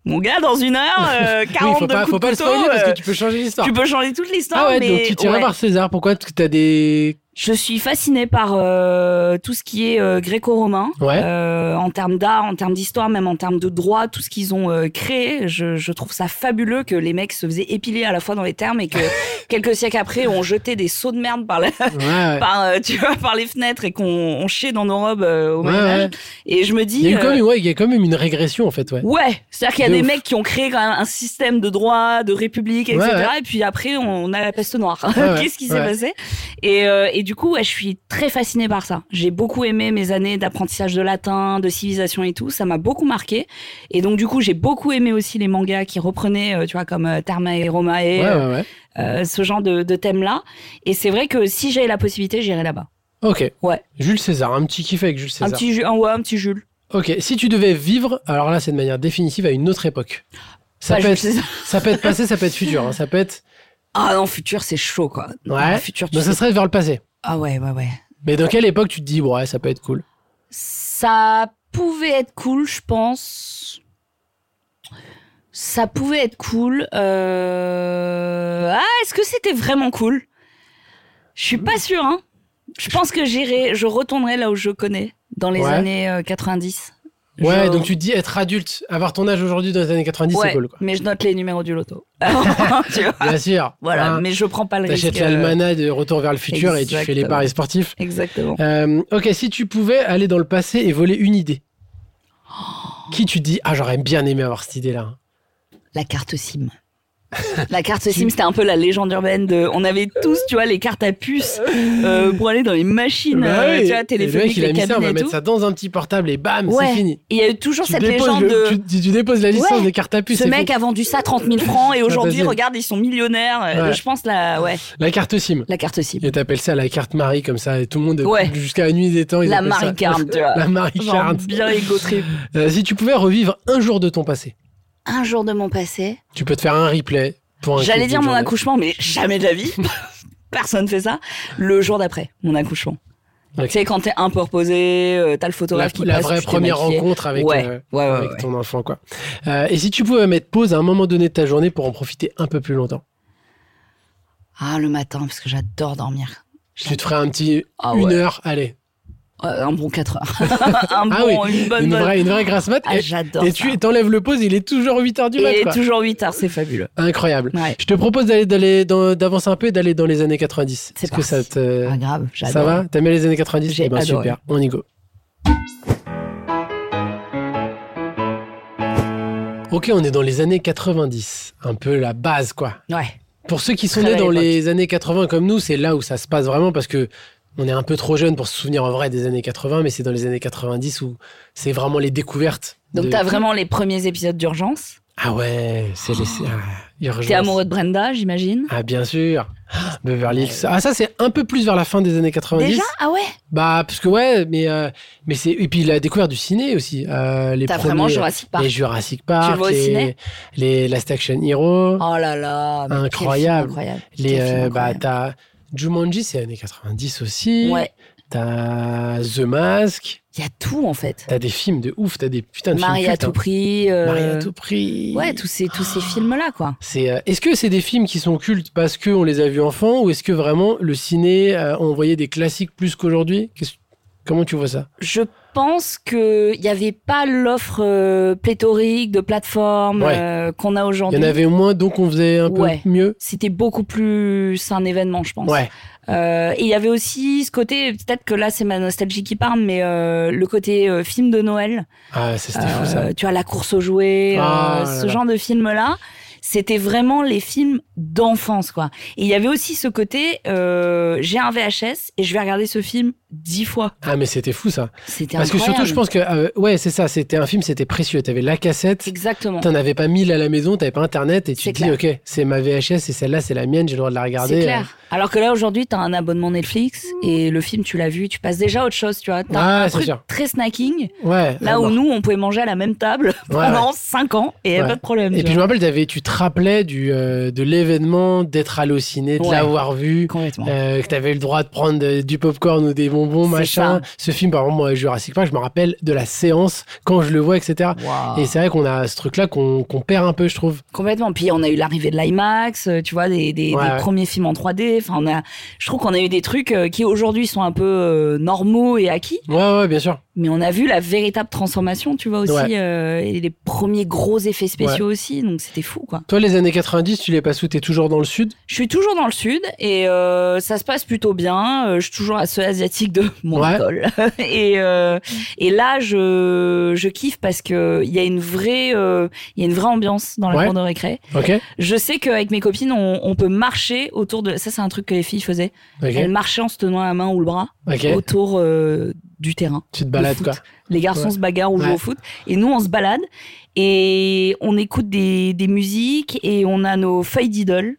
B: mon gars, dans une heure, euh,
A: <laughs> Oui,
B: 42
A: faut pas,
B: coups
A: faut
B: de
A: pas le
B: couteau,
A: spoiler parce
B: euh,
A: que tu peux changer l'histoire.
B: tu peux changer toute l'histoire.
A: Ah ouais,
B: mais
A: donc tu t'es
B: ouais.
A: par César. Pourquoi Parce que t'as
B: <laughs>
A: des.
B: Je suis fascinée par euh, tout ce qui est euh, gréco-romain.
A: Ouais.
B: Euh, en termes d'art, en termes d'histoire, même en termes de droit, tout ce qu'ils ont euh, créé, je, je trouve ça fabuleux que les mecs se faisaient épiler à la fois dans les termes
A: <laughs>
B: et que quelques siècles après, on jetait des seaux de merde par, la-
A: ouais, ouais.
B: par, euh, tu vois, par les fenêtres et qu'on on chiait dans nos robes euh, au
A: Ouais,
B: Moyen Âge.
A: ouais.
B: Et je me
A: Il y, a
B: dis,
A: eu quand
B: euh,
A: même, ouais, il y a quand même une régression en fait, ouais.
B: ouais, c'est-à-dire qu'il y a
A: De
B: des
A: ouf.
B: mecs qui ont créé quand même un système de droit, de république, etc.
A: Ouais, ouais.
B: Et puis après, on a la peste noire. <laughs>
A: Ouais, ouais,
B: Qu'est-ce qui s'est
A: ouais.
B: passé et, euh, et du coup, ouais, je suis très fascinée par ça. J'ai beaucoup aimé mes années d'apprentissage de latin, de civilisation et tout. Ça m'a beaucoup marqué. Et donc, du coup, j'ai beaucoup aimé aussi les mangas qui reprenaient, euh, tu vois, comme euh, Thermae et Romae,
A: Ouais, ouais, ouais.
B: euh, ce genre de, de thèmes-là. Et c'est vrai que si j'avais la possibilité, j'irais là-bas.
A: Ok.
B: Ouais.
A: Jules César, un petit kiff avec Jules
B: Un
A: César.
B: petit, Ju- un, ouais, un petit Jules.
A: Ok. Si tu devais vivre, alors là, c'est de manière définitive à une autre époque. Ça,
B: Pas
A: peut,
B: Jules
A: être,
B: César.
A: ça peut être passé, ça peut être futur. hein, Ça peut
B: <laughs>
A: être.
B: Ah non, futur, c'est chaud, quoi. Non,
A: Ouais.
B: futur, tu
A: Mais ça
B: sais-
A: serait vers le passé.
B: Ah ouais, ouais, ouais.
A: Mais dans quelle époque tu te dis, ouais, ça peut être cool
B: Ça pouvait être cool, je pense. Ça pouvait être cool. Euh... Ah, est-ce que c'était vraiment cool Je suis pas sûre. Hein. Je pense que j'irai, je retournerai là où je connais, dans les
A: Ouais.
B: années euh, 90.
A: Ouais,
B: Je-
A: donc tu te dis être adulte, avoir ton âge aujourd'hui dans les années 90,
B: Ouais,
A: c'est cool, quoi.
B: mais je note les numéros du loto. <laughs> Tu vois
A: Bien sûr.
B: voilà,
A: Hein,
B: mais je prends pas le risque.
A: T'achètes
B: euh,
A: l'almanach de Retour vers le futur et tu fais les
B: Exactement.
A: paris sportifs.
B: Exactement.
A: Euh, ok, si tu pouvais aller dans le passé et voler une idée,
B: <gasps>
A: qui tu dis Ah, j'aurais bien aimé avoir cette idée-là.
B: La
A: <laughs>
B: carte SIM. La carte SIM, c'était un peu la légende urbaine de. On avait
A: Euh.
B: tous, tu vois, les cartes à puce euh, pour aller dans les machines,
A: Bah
B: euh,
A: oui.
B: tu vois,
A: Et le mec,
B: téléphoniques,
A: il a
B: les
A: mis ça, on
B: cabines
A: va
B: et
A: mettre
B: tout.
A: ça dans un petit portable et bam, c'est
B: Ouais.
A: fini.
B: Et il y a eu toujours cette
A: déposes
B: légende
A: le-
B: de.
A: tu, tu- tu déposes la licence
B: Ouais.
A: des cartes à puce.
B: Ce
A: c'est
B: mec
A: fou.
B: a vendu ça 30 000 francs et aujourd'hui,
A: Impossible.
B: regarde, ils sont millionnaires. Euh,
A: Ouais.
B: Je pense la, ouais,
A: La carte SIM.
B: la carte SIM.
A: Et t'appelles ça la carte Marie comme ça, et tout le monde,
B: Ouais.
A: jusqu'à la nuit des temps, ils
B: La
A: appellent ça-
B: Marie Card, tu vois.
A: <laughs> La Marie
B: Genre,
A: Card.
B: bien égo trip.
A: Euh, si tu pouvais revivre un jour de ton passé,
B: Un jour de mon passé,
A: tu peux te faire un replay pour un
B: j'allais
A: clip
B: dire
A: d'une
B: mon
A: journée.
B: accouchement, mais jamais de
A: <laughs>
B: la vie. Personne fait ça. Le jour d'après, mon accouchement.
A: Ok.
B: Tu sais, quand t'es un peu reposé, euh, t'as le
A: La,
B: photographe qui
A: la
B: passe,
A: vraie
B: tu t'es
A: première
B: maquillé.
A: rencontre avec,
B: ouais,
A: euh,
B: ouais, ouais,
A: avec
B: ouais.
A: ton enfant, quoi. Euh, et si tu pouvais mettre pause à un moment donné de ta journée pour en profiter un peu plus longtemps,
B: Ah, le matin, parce que j'adore dormir.
A: tu te ferais un petit
B: Ah
A: une
B: ouais.
A: heure, allez,
B: Euh, un bon 4
A: <laughs>
B: heures. un
A: Ah
B: bon, une bonne
A: une
B: bonne-
A: vraie, une vraie grasse mat.
B: Ah,
A: et
B: j'adore.
A: et
B: ça.
A: tu t'enlèves le pause, il est toujours 8 heures du mat.
B: Et
A: quoi.
B: toujours 8 heures, c'est fabuleux.
A: Incroyable.
B: Ouais.
A: Je te propose d'aller d'aller dans- d'avancer un peu et d'aller dans les années 90.
B: C'est
A: Est-ce que ça
B: parti.
A: te
B: Ah, grave, j'adore.
A: Euh, ça va T'aimes les années 90
B: J'ai
A: Eh ben,
B: adoré.
A: super, on y go. Ok, on est dans les années 90, un peu la base quoi.
B: Ouais.
A: Pour ceux qui sont
B: Très
A: nés
B: belle
A: dans
B: époque.
A: les années 80 comme nous, c'est là où ça se passe vraiment parce que on est un peu trop jeune pour se souvenir en vrai des années 80, mais c'est dans les années 90 où c'est vraiment les découvertes.
B: Donc,
A: de-
B: t'as vraiment les premiers épisodes d'urgence.
A: Ah ouais, c'est les. Ah, urgence.
B: T'es amoureux de Brenda, j'imagine.
A: Ah bien
B: <gasps>
A: sûr, Ah, Beverly Hills. Ah ça c'est un peu plus vers la fin des années 90.
B: Déjà Ah ouais
A: bah parce que ouais, mais euh, mais c'est et puis la découverte du ciné aussi. Euh, les
B: T'as
A: premiers,
B: vraiment Jurassic Park.
A: les Jurassic Park,
B: Tu le vois au
A: les,
B: ciné
A: les Last Action Hero,
B: Oh là là. mais quel film
A: Incroyable.
B: incroyable.
A: les
B: Quel film
A: euh, bah
B: incroyable.
A: t'as Jumanji c'est années 90 aussi.
B: Ouais.
A: T'as The Mask.
B: Il y a tout, en fait.
A: T'as des films de ouf. T'as des putains de
B: Marie
A: films.
B: à
A: cultes, hein.
B: tout prix. euh,
A: Marie à tout prix. Oh.
B: Ouais, tous ces, tous ces films-là, quoi.
A: C'est, euh, est-ce que c'est des films qui sont cultes parce qu'on les a vus enfants ou est-ce que vraiment le ciné euh, on voyait des classiques plus qu'aujourd'hui Qu'est-ce- Comment tu vois ça
B: Je pense qu'il n'y avait pas l'offre euh, pléthorique de plateforme
A: Ouais.
B: euh, qu'on a
A: Il y
B: aujourd'hui.
A: en avait moins donc on faisait un
B: Ouais.
A: peu mieux
B: C'était beaucoup plus un événement, je pense.
A: Ouais,
B: Euh, et il y avait aussi ce côté, peut-être que là c'est ma nostalgie qui parle, mais euh, le côté euh, film de Noël.
A: ah, ça, c'était fou
B: Euh,
A: ça.
B: tu as la course aux jouets,
A: Ah
B: euh,
A: là
B: ce
A: là.
B: genre de film-là. C'était vraiment les films d'enfance, quoi. Et il y avait aussi ce côté, euh, j'ai un VHS et je vais regarder ce film dix fois.
A: Ah, mais c'était fou ça.
B: C'était
A: Parce que
B: incroyable.
A: surtout, je pense que. euh, ouais, c'est ça. C'était un film, c'était précieux. T'avais la cassette.
B: Exactement.
A: T'en avais pas mille à la maison, t'avais pas internet et tu
B: C'est
A: te dis, ok, c'est ma VHS et celle-là, c'est la mienne, j'ai le droit de la regarder. euh.
B: C'est clair. Alors que là aujourd'hui, t'as un abonnement Netflix et le film tu l'as vu, tu passes déjà à autre chose, tu vois. T'as
A: Ouais,
B: un
A: Ah, c'est
B: truc
A: sûr.
B: très snacking.
A: Euh, Ouais. à
B: Là où
A: mort.
B: nous, on pouvait manger à la même table <laughs>
A: Ouais,
B: pendant 5 ans et y a
A: Ouais.
B: pas de problème.
A: Et
B: tu
A: puis je
B: vois.
A: me rappelle, t'avais- tu te rappelais du, euh, de l'événement, d'être halluciné, de
B: Ouais.
A: l'avoir vu.
B: Complètement.
A: euh, que t'avais le droit de prendre de- du popcorn ou des bonbons,
B: C'est
A: machin.
B: ça.
A: Ce film, par exemple, moi, Jurassic Park, je me rappelle de la séance quand je le vois, etc.
B: Waouh.
A: Et c'est vrai qu'on a ce truc-là qu'on qu'on perd un peu, je trouve.
B: Complètement. Puis on a eu l'arrivée de l'IMAX, euh, tu vois, des, des,
A: Ouais,
B: des
A: ouais.
B: premiers films en 3D. Enfin, on a, je trouve qu'on a eu des trucs euh, qui aujourd'hui sont un peu euh, normaux et acquis,
A: Ouais, ouais, bien sûr.
B: mais on a vu la véritable transformation, tu vois aussi,
A: Ouais.
B: euh, et les premiers gros effets spéciaux aussi. Donc c'était fou, quoi.
A: Toi, les années 90, tu les passes où T'es toujours dans le sud
B: Je suis toujours dans le sud et euh, ça se passe plutôt bien. Euh, je suis toujours à ce asiatique de mon
A: Ouais.
B: école. <laughs> et, euh, et là, je, je kiffe parce que il y a une vraie, euh, il y a une vraie ambiance dans la
A: Ouais.
B: cour de récré.
A: Ok.
B: Je sais qu'avec mes copines, on, on peut marcher autour de. Ça, c'est un truc que les filles faisaient.
A: Ok.
B: Elles marchaient en se tenant la main ou le bras
A: Ok.
B: autour euh, du terrain.
A: Tu te balades,
B: foot.
A: quoi.
B: Les garçons
A: Ouais.
B: se bagarrent ou
A: Ouais.
B: jouent au foot. Et nous, on se balade et on écoute des, des musiques et on a nos feuilles d'idoles.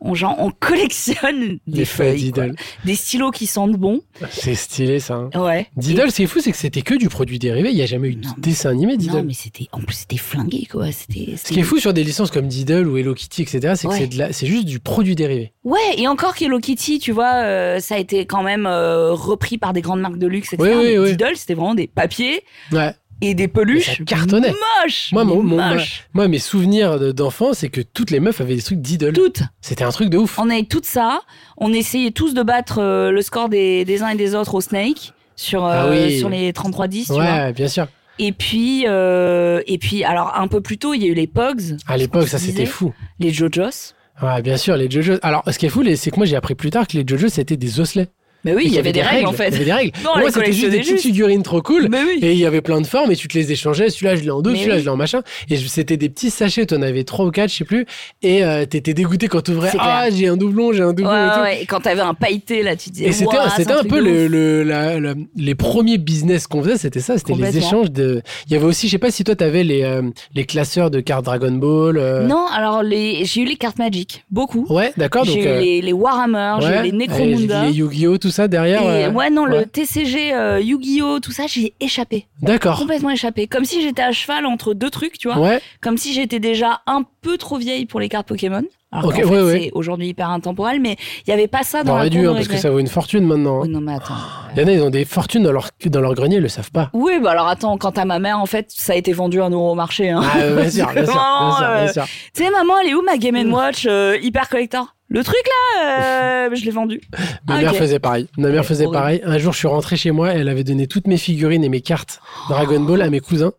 B: On, genre, on collectionne des,
A: Des feuilles
B: quoi.
A: d'idole.
B: Des stylos qui sentent bon.
A: C'est stylé, ça. hein.
B: Ouais.
A: Didol, c'est fou, c'est que c'était que du produit dérivé. Il n'y a jamais eu de
B: Non, mais-
A: dessin animé,
B: Et- Non,
A: Didol.
B: mais c'était. En plus, c'était flingué, quoi. C'était.
A: Ce qui est
B: c'était-
A: fou sur des licences comme Didol ou Hello Kitty, etc., c'est que
B: Ouais.
A: c'est de la- c'est juste du produit dérivé.
B: Ouais, et encore qu'Hello Kitty, tu vois, euh, ça a été quand même euh, repris par des grandes marques de luxe, etc.
A: Oui, oui,
B: Mais
A: oui.
B: Diddle, c'était vraiment des papiers
A: Ouais.
B: et des
A: Mais ça
B: peluches.
A: cartonnait.
B: Moches
A: Moi,
B: mais
A: mon- mon-
B: moches.
A: Moi, mes souvenirs de- d'enfance, c'est que toutes les meufs avaient des trucs Didol.
B: Toutes.
A: C'était un truc de ouf.
B: On avait tout ça. On essayait tous de battre euh, le score des, des uns et des autres au Snake sur, euh,
A: Ah oui.
B: sur les 33-10, tu vois.
A: ouais, bien sûr.
B: Et puis, euh, et puis, alors, un peu plus tôt, il y a eu les Pogs.
A: À l'époque, Ah, ça,
B: se
A: c'était
B: disait.
A: fou.
B: Les JoJo's.
A: Ouais, bien sûr, les JoJo. Alors, ce qui est fou, les- c'est que moi, j'ai appris plus tard que les JoJo, c'était des osselets.
B: Mais
A: Et
B: oui, il
A: qu'il
B: y avait des règles, en
A: Il y avait
B: <laughs> fait.
A: des règles.
B: Non, on
A: moi,
B: les
A: c'était juste
B: collectionnait
A: des petites
B: juste.
A: figurines trop cool.
B: Mais oui.
A: Et il y avait plein de formes et tu te les échangeais. Celui-là, je l'ai en deux,
B: Mais
A: celui-là,
B: oui.
A: je l'ai en machin. Et je- c'était des petits sachets. T'en avais trois ou quatre, je sais plus. Et euh, t'étais dégoûté quand t'ouvrais.
B: C'est clair.
A: Ah, j'ai un doublon, j'ai un doublon et tout.
B: Ouais, ouais, et quand t'avais un pailleté, là, tu disais.
A: Et c'était,
B: Ouah, c'est
A: c'était un
B: truc
A: peu
B: de ouf.
A: le, le- la- la- les premiers business qu'on faisait, c'était ça, c'était les
B: Complètement.
A: échanges de. Il y avait aussi, je sais pas si toi t'avais les euh, les classeurs de cartes Dragon Ball. euh,
B: Non, alors les... j'ai eu les cartes Magic, beaucoup.
A: Ouais, d'accord. Donc
B: j'ai eu
A: euh,
B: les, les Warhammer, j'ai eu
A: ouais,
B: les
A: et
B: Necromunda.
A: les Yu-Gi-Oh, tout ça derrière.
B: Et
A: euh,
B: ouais, non,
A: ouais.
B: le TCG, euh, Yu-Gi-Oh, tout ça, j'ai échappé.
A: D'accord.
B: Complètement échappé. Comme si j'étais à cheval entre deux trucs, tu vois.
A: Oh. Ouais.
B: Comme si j'étais déjà un peu trop vieille pour les cartes Pokémon. Alors
A: Ok,
B: qu'en fait,
A: ouais, ouais.
B: c'est aujourd'hui hyper intemporel, mais il n'y avait pas ça
A: On
B: Ah, dans la
A: aurait dû,
B: cour
A: hein,
B: de
A: parce que
B: récré.
A: ça vaut une fortune maintenant. hein.
B: Oui, non, mais attends.
A: Il y en a, ils ont des fortunes dans leur dans leur grenier, ils le savent
B: <laughs>
A: pas.
B: Oui, bah alors attends, quant à ma mère, en fait, ça a été vendu un euro au marché. Hein.
A: Ah, bien sûr, bien sûr, bien
B: Vraiment,
A: sûr, bien
B: euh,
A: sûr.
B: <laughs> Tu sais, maman, elle est où ma Game
A: Mmh.
B: Watch euh, hyper collector Le truc là, euh, je l'ai vendu.
A: Ma
B: Ah,
A: mère
B: ok.
A: faisait pareil. Ma mère
B: Ouais,
A: faisait
B: horrible.
A: pareil. Un jour, je suis rentré chez moi, elle avait donné toutes mes figurines et mes cartes Dragon Ball à mes cousins.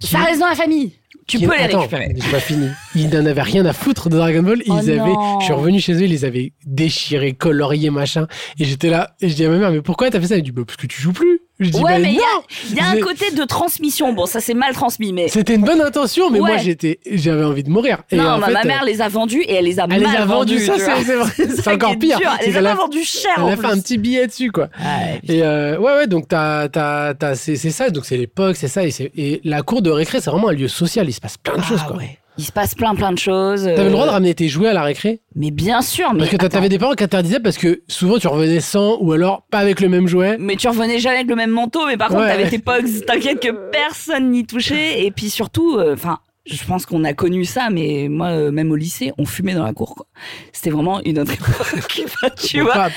B: Ça reste dans la famille. Tu
A: Qui-
B: peux les
A: Attends,
B: récupérer.
A: J'ai pas fini. Ils n'en avaient rien à foutre de Dragon Ball. Ils
B: Oh
A: avaient,
B: non.
A: je suis revenu chez eux, ils les avaient déchirés, coloriés, machin. Et j'étais là, et je dis à ma mère, mais pourquoi t'as fait ça Elle me dit, bah, parce que tu joues plus. Je dis,
B: Ouais,
A: bah,
B: mais il y a-
A: non.
B: Il y a un
A: J'ai-
B: côté de transmission. Bon, ça c'est mal transmis, mais.
A: C'était une bonne intention, mais
B: Ouais.
A: moi, j'étais, j'avais envie de mourir. Et
B: non,
A: en
B: ma-
A: fait,
B: ma mère
A: euh,
B: les a vendus et elle les a
A: elle les
B: mal
A: a vendus, ça,
B: tu vois.
A: c'est, c'est
B: <laughs>
A: vrai.
B: ça
A: C'est
B: qui
A: encore
B: est
A: pire.
B: dur. Elle
A: C'est
B: les a
A: qu'elle
B: pas
A: a-
B: vendus cher
A: elle
B: en
A: a fait
B: plus.
A: un petit billet dessus, quoi.
B: Ouais,
A: Et euh, ouais, ouais, donc t'as, t'as, t'as, c'est, c'est ça, donc c'est l'époque, c'est ça, et, c'est, et la cour de récré, c'est vraiment un lieu social, il se passe plein de
B: Ah
A: choses, quoi.
B: ouais. Il se passe plein plein de choses.
A: T'avais
B: euh,
A: le droit de ramener tes jouets à la récré
B: Mais bien sûr, mais.
A: Parce que t'as-
B: attends.
A: t'avais des parents qui interdisaient parce que souvent tu revenais sans ou alors pas avec le même jouet.
B: Mais tu revenais jamais avec le même manteau, mais par contre,
A: Ouais.
B: t'avais tes pogs, t'inquiète que personne n'y touchait. Et puis surtout, euh, enfin, je pense qu'on a connu ça, mais moi, euh, même au lycée, on fumait dans la cour, quoi. C'était vraiment une autre <laughs> époque, tu
A: Bon,
B: vois.
A: pas,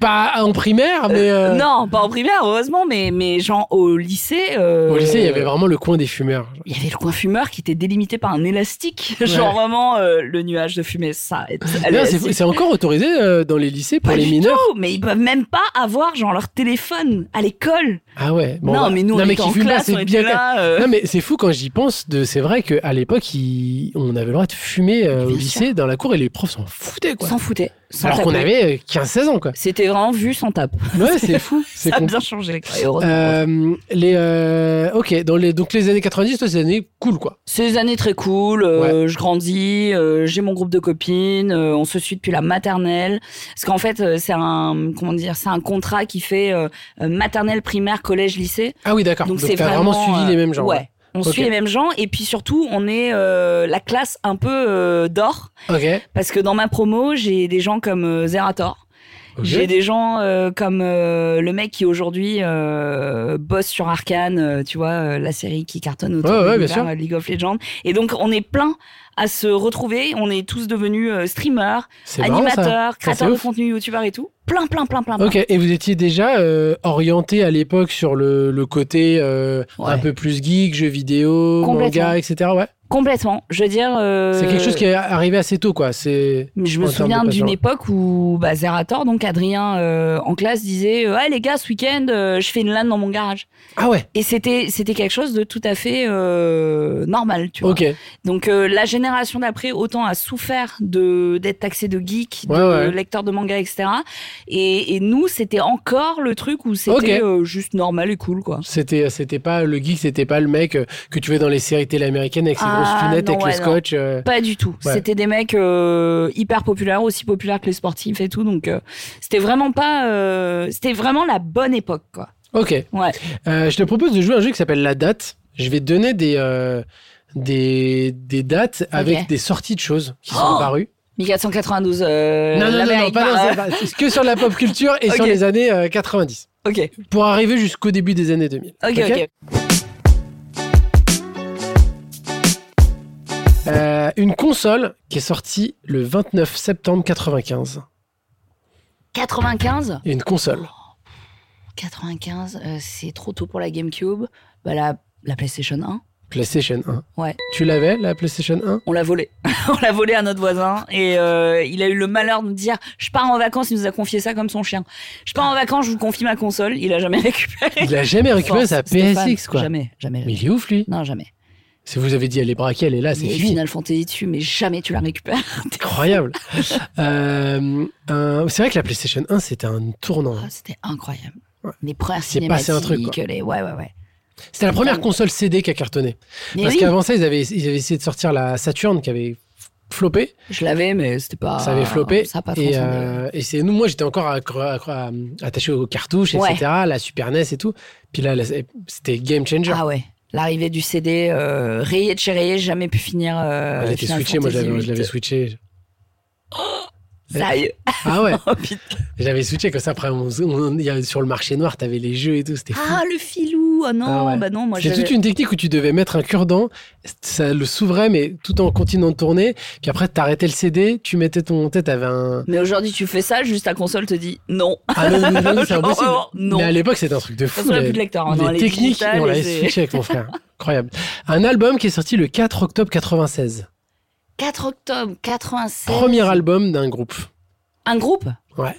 A: pas en primaire, mais euh,
B: Non, pas en primaire, heureusement, mais, mais genre au lycée. euh,
A: au lycée, il y avait vraiment le coin des fumeurs.
B: Il y avait le coin fumeur qui était délimité par un élastique, <laughs> genre vraiment euh, le nuage de fumée, ça. est-
A: D'ailleurs,
B: élastique.
A: C'est c'est encore autorisé euh, dans les lycées pour
B: Pas
A: les
B: du
A: mineurs.
B: tout, mais ils peuvent même pas avoir genre leur téléphone à l'école.
A: Ah ouais. bon,
B: non,
A: bah,
B: mais nous on
A: non,
B: était
A: qui
B: en
A: fument pas,
B: classe,
A: c'est
B: on était
A: bien-
B: là. euh,
A: Non mais c'est fou quand j'y pense de c'est vrai que à à l'époque, il- on avait le droit de fumer euh, au
B: Bien
A: lycée, dans la cour, et les profs s'en foutaient, quoi.
B: S'en foutait. S'en
A: Alors qu'on
B: tapait.
A: avait euh, 15-16 ans,
B: <laughs>
A: quoi.
B: C'était vraiment vu sans tape.
A: Ouais, <laughs> c'est fou. C'est
B: Ça a
A: con.
B: bien changé les gars, heureusement.
A: Euh, les, euh, ok, dans les, donc les années 90, toi, c'est des années cool, quoi.
B: Ces années très cool, euh, je grandis, euh, j'ai mon groupe de copines, euh, on se suit depuis la maternelle. Parce qu'en fait, euh, c'est un comment dire, c'est un contrat qui fait euh, euh, maternelle, primaire, collège, lycée.
A: Ah oui, d'accord. Donc,
B: Donc c'est
A: t'as vraiment, suivi
B: euh,
A: les mêmes genres.
B: Ouais. On
A: Ok.
B: suit les mêmes gens et puis surtout on est euh, la classe un peu euh, d'or
A: ouais.
B: parce que dans ma promo j'ai des gens comme euh, Zerator,
A: Ok.
B: j'ai des gens euh, comme euh, le mec qui aujourd'hui euh, bosse sur Arkane, euh, tu vois euh, la série qui cartonne autour
A: Ouais,
B: de
A: ouais, bien
B: l'univers,
A: sûr.
B: euh, League of Legends et donc on est plein à se retrouver, on est tous devenus euh, streamers,
A: C'est marrant, ça.
B: animateurs, créateurs de
A: ouf.
B: contenu, youtubeurs et tout, plein plein plein plein. plein.
A: Ok, et vous étiez déjà euh, orienté à l'époque sur le, le côté euh,
B: Ouais.
A: un peu plus geek, jeux vidéo,
B: Complètement.
A: manga, etc. Ouais.
B: Complètement, je veux dire. euh,
A: C'est quelque chose qui est arrivé assez tôt, quoi. C'est
B: Mais je
A: en termes
B: me
A: de
B: souviens
A: passion.
B: d'une époque où bah, Zerator, donc Adrien euh, en classe, disait euh, Ah les gars, ce week-end, euh, je fais une LAN dans mon garage.
A: ah ouais.
B: Et c'était c'était quelque chose de tout à fait euh, normal, tu vois.
A: Ok.
B: Donc euh, la génération d'après, autant a souffert de d'être taxé de geek,
A: Ouais,
B: de
A: ouais.
B: lecteur de manga, etc. Et, et nous, c'était encore le truc où c'était
A: Ok.
B: euh, juste normal et cool, quoi.
A: C'était c'était pas le geek, c'était pas le mec euh, que tu vois dans les séries télé américaines avec ses
B: Ah,
A: grosses lunettes,
B: non,
A: avec
B: ouais,
A: le scotch. euh,
B: Pas du tout.
A: Ouais.
B: C'était des mecs euh, hyper populaires, aussi populaires que les sportifs et tout. Donc, euh, c'était vraiment pas. euh, c'était vraiment la bonne époque, quoi.
A: Ok.
B: Ouais.
A: Euh, je te propose de jouer à un jeu qui s'appelle La Date. Je vais te donner des, euh, des, des dates avec des sorties de choses qui sont
B: Oh
A: parues.
B: 1492. Euh,
A: non, non, non, non,
B: l'Amérique
A: pas,
B: par-
A: non, c'est pas- c'est que sur la pop culture
B: <laughs>
A: et sur
B: Ok.
A: les années euh, 90.
B: Ok,
A: Pour arriver jusqu'au début des années 2000.
B: ok, ok.
A: Euh, une console qui est sortie le 29 septembre 95.
B: 95
A: Une console.
B: 95, euh, c'est trop tôt pour la GameCube. Bah, la, la PlayStation 1,
A: PlayStation 1.
B: Ouais.
A: Tu l'avais, la PlayStation 1
B: on l'a volée. <laughs> on l'a volée à notre voisin. Et euh, il a eu le malheur de nous dire Je pars en vacances, il nous a confié ça comme son chien. Je pars en vacances, je vous confie ma console. Il a jamais récupéré.
A: Il a
B: <laughs>
A: jamais récupéré sa
B: Force, Stéphane.
A: PSX, quoi.
B: Jamais, jamais.
A: Mais il est ouf, lui.
B: Non, jamais.
A: Si vous avez dit, elle est braquée, elle est là,
B: Il
A: c'est
B: y a eu
A: fini.
B: Final Fantasy dessus, mais jamais tu la récupères.
A: Incroyable. <laughs> Euh, un- c'est vrai que la PlayStation 1, c'était un tournant.
B: Ah, C'était incroyable.
A: Ouais.
B: Les premières
A: C'est passé
B: cinématiques,
A: un truc,
B: les... ouais, ouais, ouais.
A: C'était la première console CD qui a cartonné.
B: Mais
A: Parce
B: oui,
A: qu'avant ça, ils avaient, ils avaient essayé de sortir la Saturn qui avait floppé.
B: je l'avais, mais c'était pas.
A: ça avait floppé.
B: Ça a pas
A: et
B: transcendé.
A: euh, et c'est nous, moi, j'étais encore accro- accro- à- attaché aux cartouches,
B: Ouais.
A: etc. La Super NES et tout. Puis là, la- c'était game changer.
B: Ah ouais. L'arrivée du CD, euh, rayé de chez rayé, j'ai jamais pu finir. Euh,
A: elle était
B: Final
A: switchée, moi, je
B: Fantasy
A: l'avais-
B: VIII.
A: je l'avais switchée.
B: Sérieux.
A: Ah ouais,
B: <laughs> Oh, putain.
A: j'avais switché comme ça. Après, on- on- il y avait- sur le marché noir, t'avais les jeux et tout. C'était fou.
B: Ah, le filou. Oh non,
A: Ah ouais.
B: bah non, moi
A: C'est
B: j'avais-
A: toute une technique où tu devais mettre un cure-dent, ça le s'ouvrait, mais tout en continuant de tourner. Puis après, t'arrêtais le CD, tu mettais ton tête, t'avais un.
B: Mais aujourd'hui, tu fais ça, juste la console te dit non.
A: Ah non,
B: <laughs>
A: non, non, c'est impossible.
B: Genre, non.
A: Mais à l'époque, c'était un truc de
B: Ça
A: fou.
B: serait
A: les-
B: plus de lecteur. hein.
A: les
B: Non, elle est
A: techniques,
B: digitale
A: et on
B: et
A: l'avait
B: c'est-
A: switché avec mon frère. Incroyable. Un album qui est sorti le 4 octobre 96.
B: 4 octobre 96.
A: Premier album d'un groupe.
B: Un groupe
A: Ouais.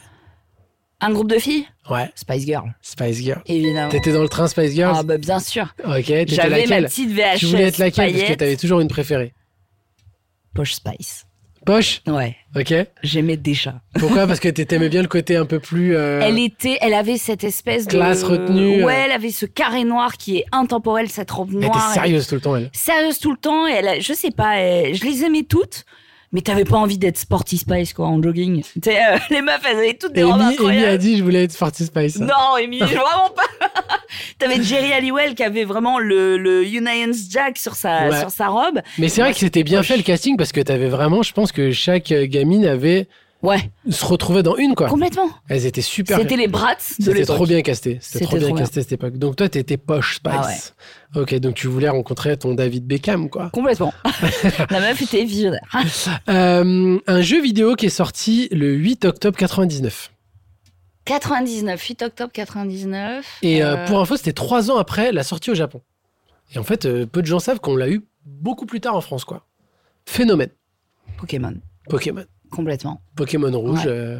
B: Un groupe de filles
A: Ouais,
B: Spice Girl,
A: Spice Girl.
B: évidemment.
A: T'étais dans le train Spice Girls
B: Ah bah bien sûr.
A: Ok, t'étais
B: J'avais ma
A: laquelle
B: petite VHS.
A: Tu voulais être laquelle Parce que
B: paillette.
A: t'avais toujours une préférée.
B: Poche Spice.
A: Poche
B: Ouais,
A: Ok.
B: j'aimais déjà.
A: Pourquoi Parce que t'aimais bien le côté un peu plus. euh,
B: Elle était, elle avait cette espèce de
A: Classe retenue,
B: Ouais,
A: euh.
B: elle avait ce carré noir qui est intemporel, cette robe
A: Elle
B: noire.
A: était sérieuse tout le temps, elle.
B: Sérieuse tout le temps. Et elle, a- je sais pas, elle- je les aimais toutes. Mais t'avais pas envie d'être sporty Spice quoi en jogging. Tu sais, euh, <laughs> les meufs, elles avaient toutes des robes
A: Amy, Amy a
B: incroyables.
A: dit je voulais être Forty Spice.
B: Oh, Non, Amy, vraiment pas. <laughs> T'avais Jerry Halliwell qui avait vraiment le, le Union Jack sur sa,
A: Ouais.
B: sur sa robe.
A: Mais c'est vrai que c'était bien
B: Poche.
A: fait le casting parce que t'avais vraiment, je pense que chaque euh, gamine avait
B: Ouais,
A: se retrouvait dans une quoi.
B: complètement.
A: Elles étaient super.
B: C'était les brats de
A: C'était
B: l'époque.
A: trop bien casté. C'était
B: C'était
A: trop bien
B: trop bien. Ah
A: casté cette époque. Donc toi t'étais poche Spice. Ok, donc tu voulais rencontrer ton David Beckham quoi.
B: Complètement. <laughs> La meuf était visionnaire. <laughs>
A: Euh, un jeu vidéo qui est sorti le 8 octobre 99.
B: 99, 8 octobre 99.
A: Et euh, pour info, c'était trois ans après la sortie au Japon. Et en fait, euh, peu de gens savent qu'on l'a eu beaucoup plus tard en France quoi. Phénomène.
B: Pokémon,
A: Pokémon.
B: complètement.
A: Pokémon rouge.
B: Ouais.
A: euh,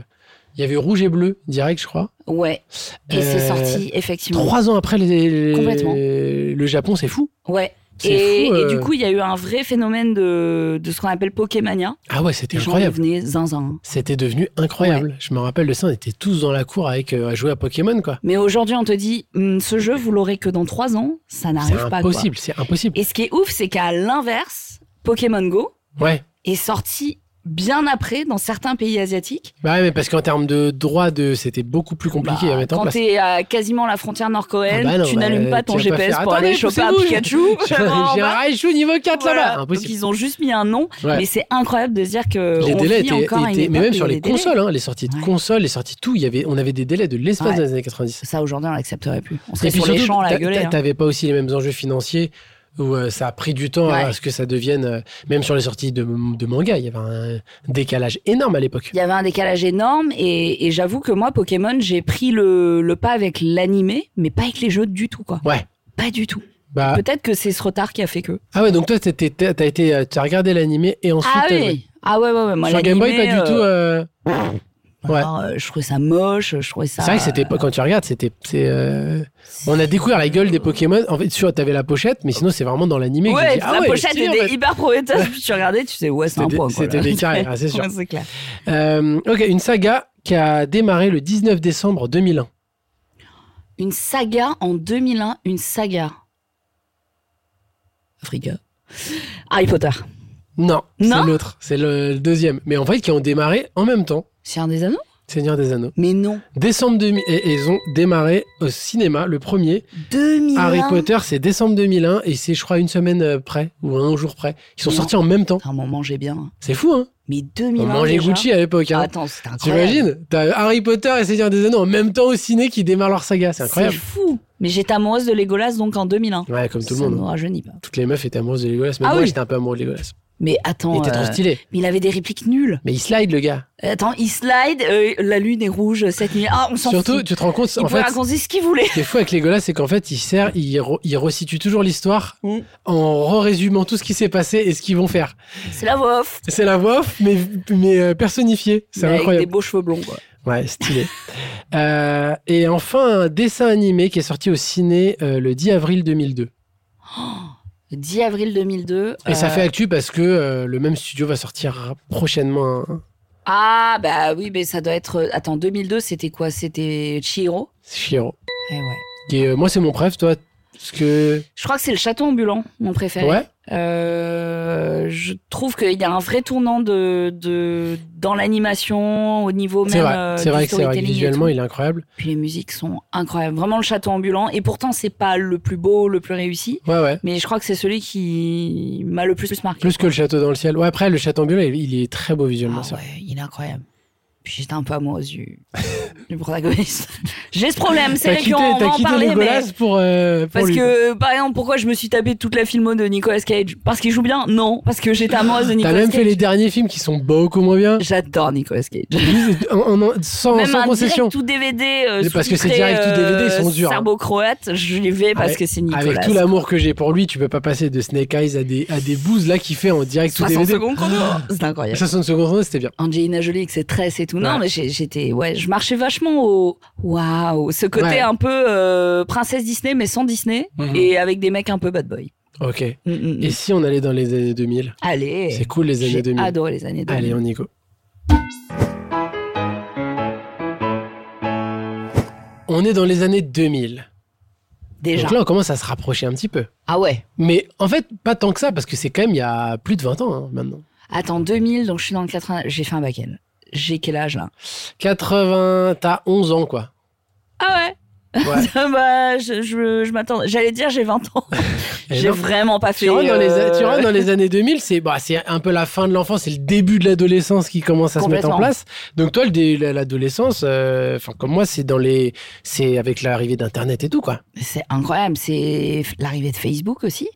A: Il y avait rouge et bleu direct, je crois.
B: Ouais. Et
A: Euh,
B: c'est sorti, effectivement.
A: Trois ans après les- les-
B: Complètement.
A: le Japon, c'est fou.
B: Ouais. Et,
A: fou,
B: et
A: euh.
B: du coup, il y a eu un vrai phénomène de, de ce qu'on appelle Pokémania.
A: Ah ouais, c'était
B: Les gens
A: incroyable.
B: devenaient zinzin.
A: C'était devenu incroyable. Je me rappelle de ça, on était tous dans la cour avec, euh, à jouer à Pokémon, quoi.
B: Mais aujourd'hui, on te dit, Hum, ce jeu, vous l'aurez que dans trois ans, ça
A: C'est
B: n'arrive pas. quoi.
A: impossible, c'est impossible.
B: Et ce qui est ouf, c'est qu'à l'inverse, Pokémon Go
A: Ouais.
B: est sorti bien après dans certains pays asiatiques.
A: Bah ouais, mais parce qu'en termes de droit, de, c'était beaucoup plus compliqué
B: Bah,
A: à mettre en
B: quand
A: place.
B: t'es à quasiment la frontière nord-coréenne,
A: Ah bah non,
B: tu
A: bah,
B: n'allumes pas
A: tu
B: ton
A: vas pas
B: GPS
A: faire,
B: pour aller
A: attendez,
B: choper un
A: poussez-vous,
B: Pikachu.
A: <laughs>
B: <laughs>
A: J'ai
B: vraiment,
A: j'ai un
B: bah,
A: Raichu niveau 4
B: voilà.
A: là-bas.
B: Donc
A: Impossible.
B: ils ont juste mis un nom,
A: Ouais.
B: mais c'est incroyable de se dire que
A: Les
B: euh, on
A: délais
B: vit
A: étaient,
B: encore à
A: étaient-
B: une
A: mais
B: époque
A: même
B: où
A: sur
B: il y a
A: les
B: des délais.
A: consoles, hein, les sorties de
B: Ouais.
A: consoles, les sorties de tout, il y avait, on avait des délais de l'espace
B: Ouais.
A: dans les années 90.
B: Ça aujourd'hui on l'accepterait plus. On
A: Et
B: serait
A: puis
B: sur les
A: surtout,
B: champs à la
A: t'a-
B: gueulée.
A: t'a-
B: hein.
A: t'avais pas aussi les mêmes enjeux financiers où euh, ça a pris du temps
B: Ouais.
A: à ce que ça devienne, euh, même sur les sorties de, de manga, il y avait un décalage énorme à l'époque.
B: Il y avait un décalage énorme et, et j'avoue que moi Pokémon j'ai pris le, le pas avec l'animé, mais pas avec les jeux du tout quoi.
A: Ouais.
B: Pas du tout.
A: Bah,
B: Peut-être que c'est ce retard qui a fait que.
A: ah ouais, donc toi, t'étais- t'as t'as été, euh, t'as regardé l'animé et ensuite.
B: Ah
A: euh,
B: oui. Ah ouais ouais ouais. Moi,
A: Sur Game Boy, pas
B: l'animé,
A: du
B: euh,
A: tout. euh, Ouais.
B: alors, euh, je trouvais ça moche, je trouvais ça. euh,
A: C'est vrai que c'était pas quand tu regardes, c'était. c'est, euh, On a découvert la gueule des Pokémon. En fait, sûr, t'avais la pochette, mais sinon, c'est vraiment dans l'animé. que j'ai
B: Ouais,
A: dit, ah
B: la
A: ouais,
B: pochette
A: stylé, en
B: était
A: fait.
B: hyper prometteuse. Puis tu regardais, tu sais, ouais, c'est un
A: C'était-
B: point. quoi,
A: c'était
B: là.
A: des carrés,
B: <laughs>
A: ah, c'est sûr.
B: Ouais, c'est clair.
A: Euh, ok, une saga qui a démarré le 19 décembre 2001.
B: Une saga en 2001, une saga. Africa. Harry Potter.
A: Non,
B: Non
A: c'est l'autre, c'est le, le deuxième. Mais en fait, qui ont démarré en même temps,
B: C'est un des anneaux
A: Seigneur des Anneaux.
B: Mais non.
A: Décembre 2000, et, et ils ont démarré au cinéma, le premier.
B: 2001.
A: Harry Potter, c'est décembre 2001, et c'est, je crois, une semaine euh, près, ou un jour près. Ils sont
B: Non.
A: sortis en même temps.
B: Attends, On mangeait bien.
A: C'est fou, hein
B: Mais 2001.
A: On mangeait
B: déjà
A: Gucci à l'époque, hein
B: Attends, c'était incroyable.
A: T'imagines T'as Harry Potter et Seigneur des Anneaux en même temps au ciné qui démarrent leur saga, c'est incroyable.
B: fou. Mais j'étais amoureuse de Legolas donc en 2001.
A: Ouais, comme tout le
B: Ça
A: monde.
B: ne nous rajeunit pas.
A: Toutes les meufs étaient amoureuses de Legolas, mais
B: Ah
A: moi
B: oui.
A: j'étais un peu amoureux de Legolas.
B: Mais
A: Il
B: attends,
A: était trop
B: euh,
A: stylé.
B: mais il avait des répliques nulles.
A: Mais il slide le gars.
B: Attends, il slide, euh, la lune est rouge cette nuit. Ah, on s'en fout.
A: Surtout, tu te rends compte,
B: il
A: en
B: pouvait
A: fait,
B: raconter ce qu'il voulait.
A: ce qui est fou avec Legolas, c'est qu'en fait, il sert, il, re- il resitue toujours l'histoire
B: Mm.
A: en résumant tout ce qui s'est passé et ce qu'ils vont faire.
B: C'est la voix off.
A: C'est la voix off, mais, mais euh, personnifiée. C'est
B: Mais Avec
A: incroyable.
B: des beaux cheveux blonds, quoi.
A: Ouais, stylé. <laughs> Euh, et enfin, un dessin animé qui est sorti au ciné euh, le 10 avril 2002.
B: 10 avril 2002.
A: Et ça
B: euh,
A: fait actu parce que euh, le même studio va sortir prochainement. un-
B: Ah, bah oui, mais ça doit être. Attends, 2002, c'était quoi C'était Chihiro
A: Shiro.
B: Eh ouais.
A: Qui est, euh, moi, c'est mon préf, toi. Parce que.
B: Je crois que c'est le château ambulant, mon préféré.
A: Ouais.
B: Euh, je trouve qu'il y a un vrai tournant de, de dans l'animation, au niveau même
A: C'est
B: euh,
A: vrai, c'est
B: du
A: vrai que c'est vrai. que
B: storytelling et
A: Visuellement,
B: tout.
A: il est incroyable.
B: Puis les musiques sont incroyables. Vraiment le château ambulant. Et pourtant, c'est pas le plus beau, le plus réussi.
A: Ouais, ouais.
B: Mais je crois que c'est celui qui m'a le plus marqué.
A: Plus que le château dans le ciel. Ouais, après, le château ambulant, il il est très beau visuellement.
B: Ah
A: c'est vrai.
B: ouais, il est incroyable. Puis j'étais un peu amoureuse du,
A: <laughs>
B: du protagoniste. J'ai ce problème, c'est
A: T'as
B: vrai
A: quitté,
B: qu'on on
A: t'as
B: va en
A: quitté
B: parler, mais...
A: Legolas pour, euh, pour
B: Parce
A: lui.
B: que, par exemple, pourquoi je me suis tapé toute la filmo de Nicolas Cage Parce qu'il joue bien Non, parce que j'étais amoureuse de
A: T'as
B: Nicolas
A: même fait
B: Cage.
A: les derniers films qui sont beaucoup moins bien.
B: J'adore Nicolas Cage.
A: Lui, c'est- en- en- en- sans,
B: Même
A: sans
B: un
A: concession.
B: direct tout DVD euh,
A: Mais parce que ces
B: sous-titré,
A: directs tout DVD, ils sont
B: euh,
A: durs, hein.
B: serbo-croate, je les vais parce
A: Avec-
B: que c'est Nicolas.
A: Avec tout l'amour que j'ai pour lui, tu peux pas passer de Snake Eyes à des, à des bouses là qui fait en direct tout
B: 60
A: DVD.
B: secondes chrono
A: Ah.
B: C'est incroyable.
A: 60 secondes, c'était bien.
B: Angelina Jolie avec ses tresses et tout. Non,
A: Ouais.
B: mais j'ai- j'étais, ouais, je marchais vachement au, waouh, ce côté
A: Ouais.
B: un peu euh, princesse Disney mais sans Disney
A: Mhm.
B: et avec des mecs un peu bad boy.
A: Ok.
B: Mm, mm, mm.
A: Et si on allait dans les années 2000 C'est
B: Allez,
A: cool les années
B: j'ai
A: 2000.
B: adoré les années 2000.
A: Allez, on y go. On est dans les années 2000.
B: Déjà.
A: Donc là, on commence à se rapprocher un petit peu.
B: Ah ouais.
A: Mais en fait, pas tant que ça, parce que c'est quand même il y a plus de 20 ans hein, maintenant.
B: Attends, 2000, donc je suis dans le 80. J'ai fait un back-end. J'ai quel âge là
A: 80, t'as 11 ans, quoi.
B: Ah ouais.
A: Ouais.
B: <laughs> bah, je, je, je m'attendais. J'allais dire j'ai 20 ans.
A: <laughs> Et
B: j'ai
A: non.
B: vraiment pas fait.
A: Tu rentres, dans les,
B: euh,
A: tu rentres dans
B: <laughs>
A: les années 2000, c'est bah, c'est un peu la fin de l'enfance, c'est le début de l'adolescence qui commence à se mettre en
B: Complètement.
A: place. Donc toi, le dé- l'adolescence, euh, enfin comme moi, c'est dans les, c'est avec l'arrivée d'Internet et tout quoi.
B: C'est incroyable. C'est l'arrivée de Facebook aussi.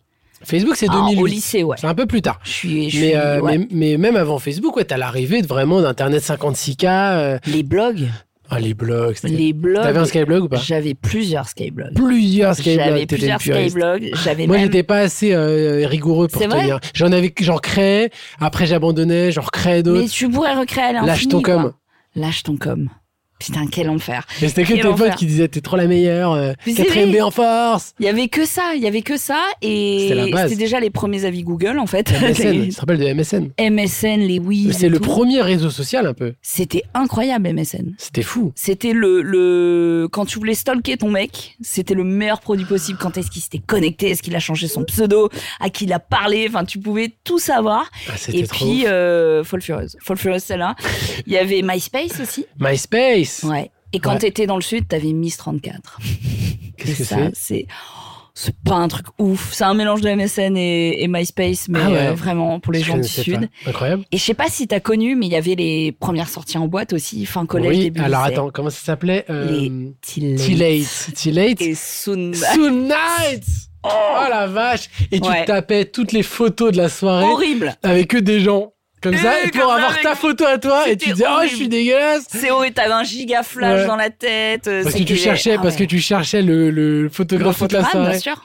A: Facebook, c'est
B: Ah, au
A: 2008,
B: lycée, ouais.
A: c'est un peu plus tard.
B: Je suis. je
A: Mais,
B: suis-
A: euh,
B: ouais.
A: mais, mais même avant Facebook, ouais, t'as l'arrivée de vraiment d'Internet 56K, euh,
B: Les blogs.
A: ah, les blogs. c'était-
B: Les blogs.
A: T'avais un Skyblog ou pas
B: J'avais plusieurs skyblogs.
A: Plusieurs Skyblogs,
B: J'avais
A: t'étais une
B: plusieurs
A: puriste.
B: skyblogs. J'avais
A: Moi,
B: même-
A: j'étais pas assez euh, rigoureux pour
B: C'est vrai
A: tenir. J'en avais, j'en créais, après j'abandonnais, j'en recréais
B: Mais
A: d'autres.
B: tu pourrais recréer à l'infini.
A: Lâche ton
B: quoi.
A: com.
B: Lâche ton com. Putain, quel enfer.
A: Et c'était que
B: Quel
A: tes potes
B: enfer.
A: qui disaient t'es trop la meilleure, euh,
B: Mais c'est
A: quatrième B
B: vrai.
A: en force.
B: <laughs> Il y avait que ça, il y avait que ça
A: C'était la
B: et
A: base.
B: c'était déjà les premiers avis Google en fait.
A: MSN,
B: <laughs> Les
A: tu te rappelles de MSN
B: MSN, les Wii.
A: C'est le premier réseau social un peu.
B: C'était incroyable MSN.
A: C'était fou.
B: C'était le, le quand tu voulais stalker ton mec, c'était le meilleur produit possible. Quand est-ce qu'il s'était connecté, est-ce qu'il a changé son pseudo, à qui il a parlé, enfin tu pouvais tout savoir.
A: Ah, c'était
B: Et
A: trop
B: puis
A: ouf.
B: euh, Fall Furieuse, Fall Furieuse celle-là. Il y avait MySpace aussi.
A: MySpace.
B: Ouais. Et quand
A: Ouais.
B: t'étais dans le sud, t'avais Miss 34.
A: Qu'est-ce
B: Et
A: que
B: ça,
A: c'est
B: C'est c'est pas un truc ouf. C'est un mélange de MSN et, et MySpace, mais
A: Ah ouais.
B: euh, vraiment pour les
A: Je
B: gens du
A: connaissais
B: sud.
A: pas. Incroyable.
B: Et je sais pas si t'as connu, mais il y avait les premières sorties en boîte aussi, fin collège,
A: oui,
B: début
A: alors
B: lycée.
A: attends, comment ça s'appelait euh,
B: Tillate.
A: T-Late. T-Late.
B: Et Soon.
A: Tonight oh, la vache Et tu
B: Ouais.
A: tapais toutes les photos de la soirée
B: Ah, Horrible.
A: avec que des gens comme
B: Et
A: ça et
B: comme
A: pour
B: ça,
A: avoir
B: avec-
A: ta photo à toi et tu
B: Euh, C'était
A: disais oh je
B: horrible.
A: suis dégueulasse
B: C'est horrible. T'avais un giga flash
A: Ouais.
B: dans la tête. euh,
A: parce que
B: c'était-
A: tu cherchais
B: Ah
A: parce que
B: ouais.
A: tu cherchais le, le photographe toute la
B: Ah, bien
A: soirée
B: sûr.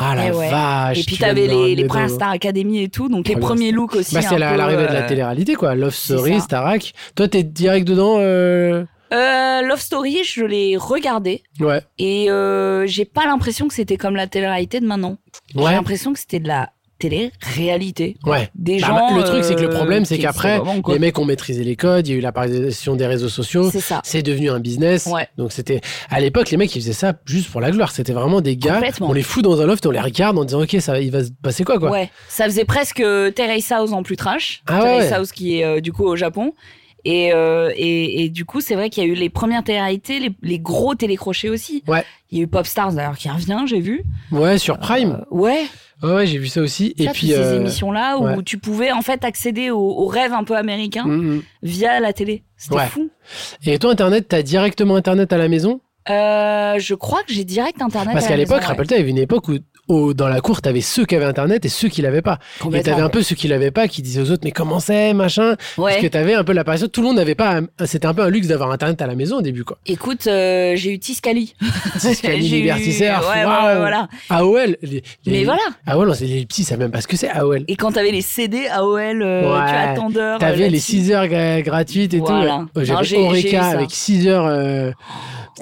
A: ah la
B: Eh ouais.
A: vache
B: Et puis
A: tu vas me
B: t'avais
A: donner
B: les, les
A: un
B: premières
A: bédo.
B: Star Academy et tout, donc les
A: Première
B: premiers looks aussi.
A: bah, c'est
B: un
A: la-
B: peu,
A: l'arrivée de la
B: euh,
A: télé-réalité quoi Love
B: c'est
A: Story
B: ça.
A: Starac toi t'es direct dedans euh,
B: Euh, Love Story, je l'ai regardé
A: ouais
B: et euh, j'ai pas l'impression que c'était comme la télé-réalité de maintenant. J'ai
A: ouais
B: l'impression que c'était de la télé-réalité.
A: ouais
B: Des
A: Bah,
B: gens. euh,
A: le truc, c'est que le problème, c'est
B: qui
A: qu'après,
B: existaient avant, quoi.
A: les mecs ont maîtrisé les codes il y a eu l'apparition des réseaux sociaux
B: C'est ça.
A: c'est devenu un business.
B: Ouais.
A: Donc c'était à l'époque les mecs ils faisaient ça juste pour la gloire. C'était vraiment des gars.
B: Complètement.
A: On les fout dans un loft, on les regarde en disant ok ça il va se passer quoi quoi.
B: Ouais. Ça faisait presque euh, Terrace House en plus trash.
A: Ah ouais,
B: Terrace
A: ouais.
B: House qui est euh, du coup au Japon. Et, euh, et, et du coup, c'est vrai qu'il y a eu les premières télé-réalités, les, les gros télécrochés aussi.
A: Ouais.
B: Il y a eu Pop Stars d'ailleurs qui revient, j'ai vu.
A: Ouais, sur Prime.
B: Euh, ouais.
A: Ouais, ouais, j'ai vu ça aussi.
B: Et
A: Et puis
B: ces
A: euh,
B: émissions-là où
A: ouais.
B: tu pouvais en fait accéder aux aux rêves un peu américains
A: mm, mm.
B: via la télé. C'était
A: Ouais.
B: fou.
A: et toi internet t'as directement internet à la maison
B: Euh, je crois que j'ai direct internet.
A: parce
B: à la
A: qu'à l'époque
B: maison, ouais.
A: rappelle-toi il y avait une époque où au- dans la cour, t'avais ceux qui avaient internet et ceux qui l'avaient pas. Et
B: Complètement.
A: t'avais un peu ceux qui l'avaient pas qui disaient aux autres, mais comment c'est, machin. Parce
B: Ouais.
A: que t'avais un peu l'apparition. Tout le monde n'avait pas. un- C'était un peu un luxe d'avoir internet à la maison au début,
B: <laughs>
A: quoi.
B: Écoute, euh, j'ai eu Tiscali.
A: Tiscali,
B: <laughs> J'ai eu-
A: Liberty Surf,
B: Ouais, ouais,
A: waouh.
B: ouais, voilà.
A: AOL. les- les-
B: Mais voilà.
A: AOL, on sait- les petits, ça savent même pas ce que c'est Ah AOL.
B: Et quand t'avais les CD AOL, euh,
A: Ouais.
B: tu as Tender, euh,
A: T'avais les
B: là-dessus.
A: 6 heures gra- gratuites et
B: Voilà.
A: tout. ouais.
B: Non,
A: J'avais
B: j'ai- j'ai eu
A: Oreca
B: ça.
A: avec 6 heures. euh,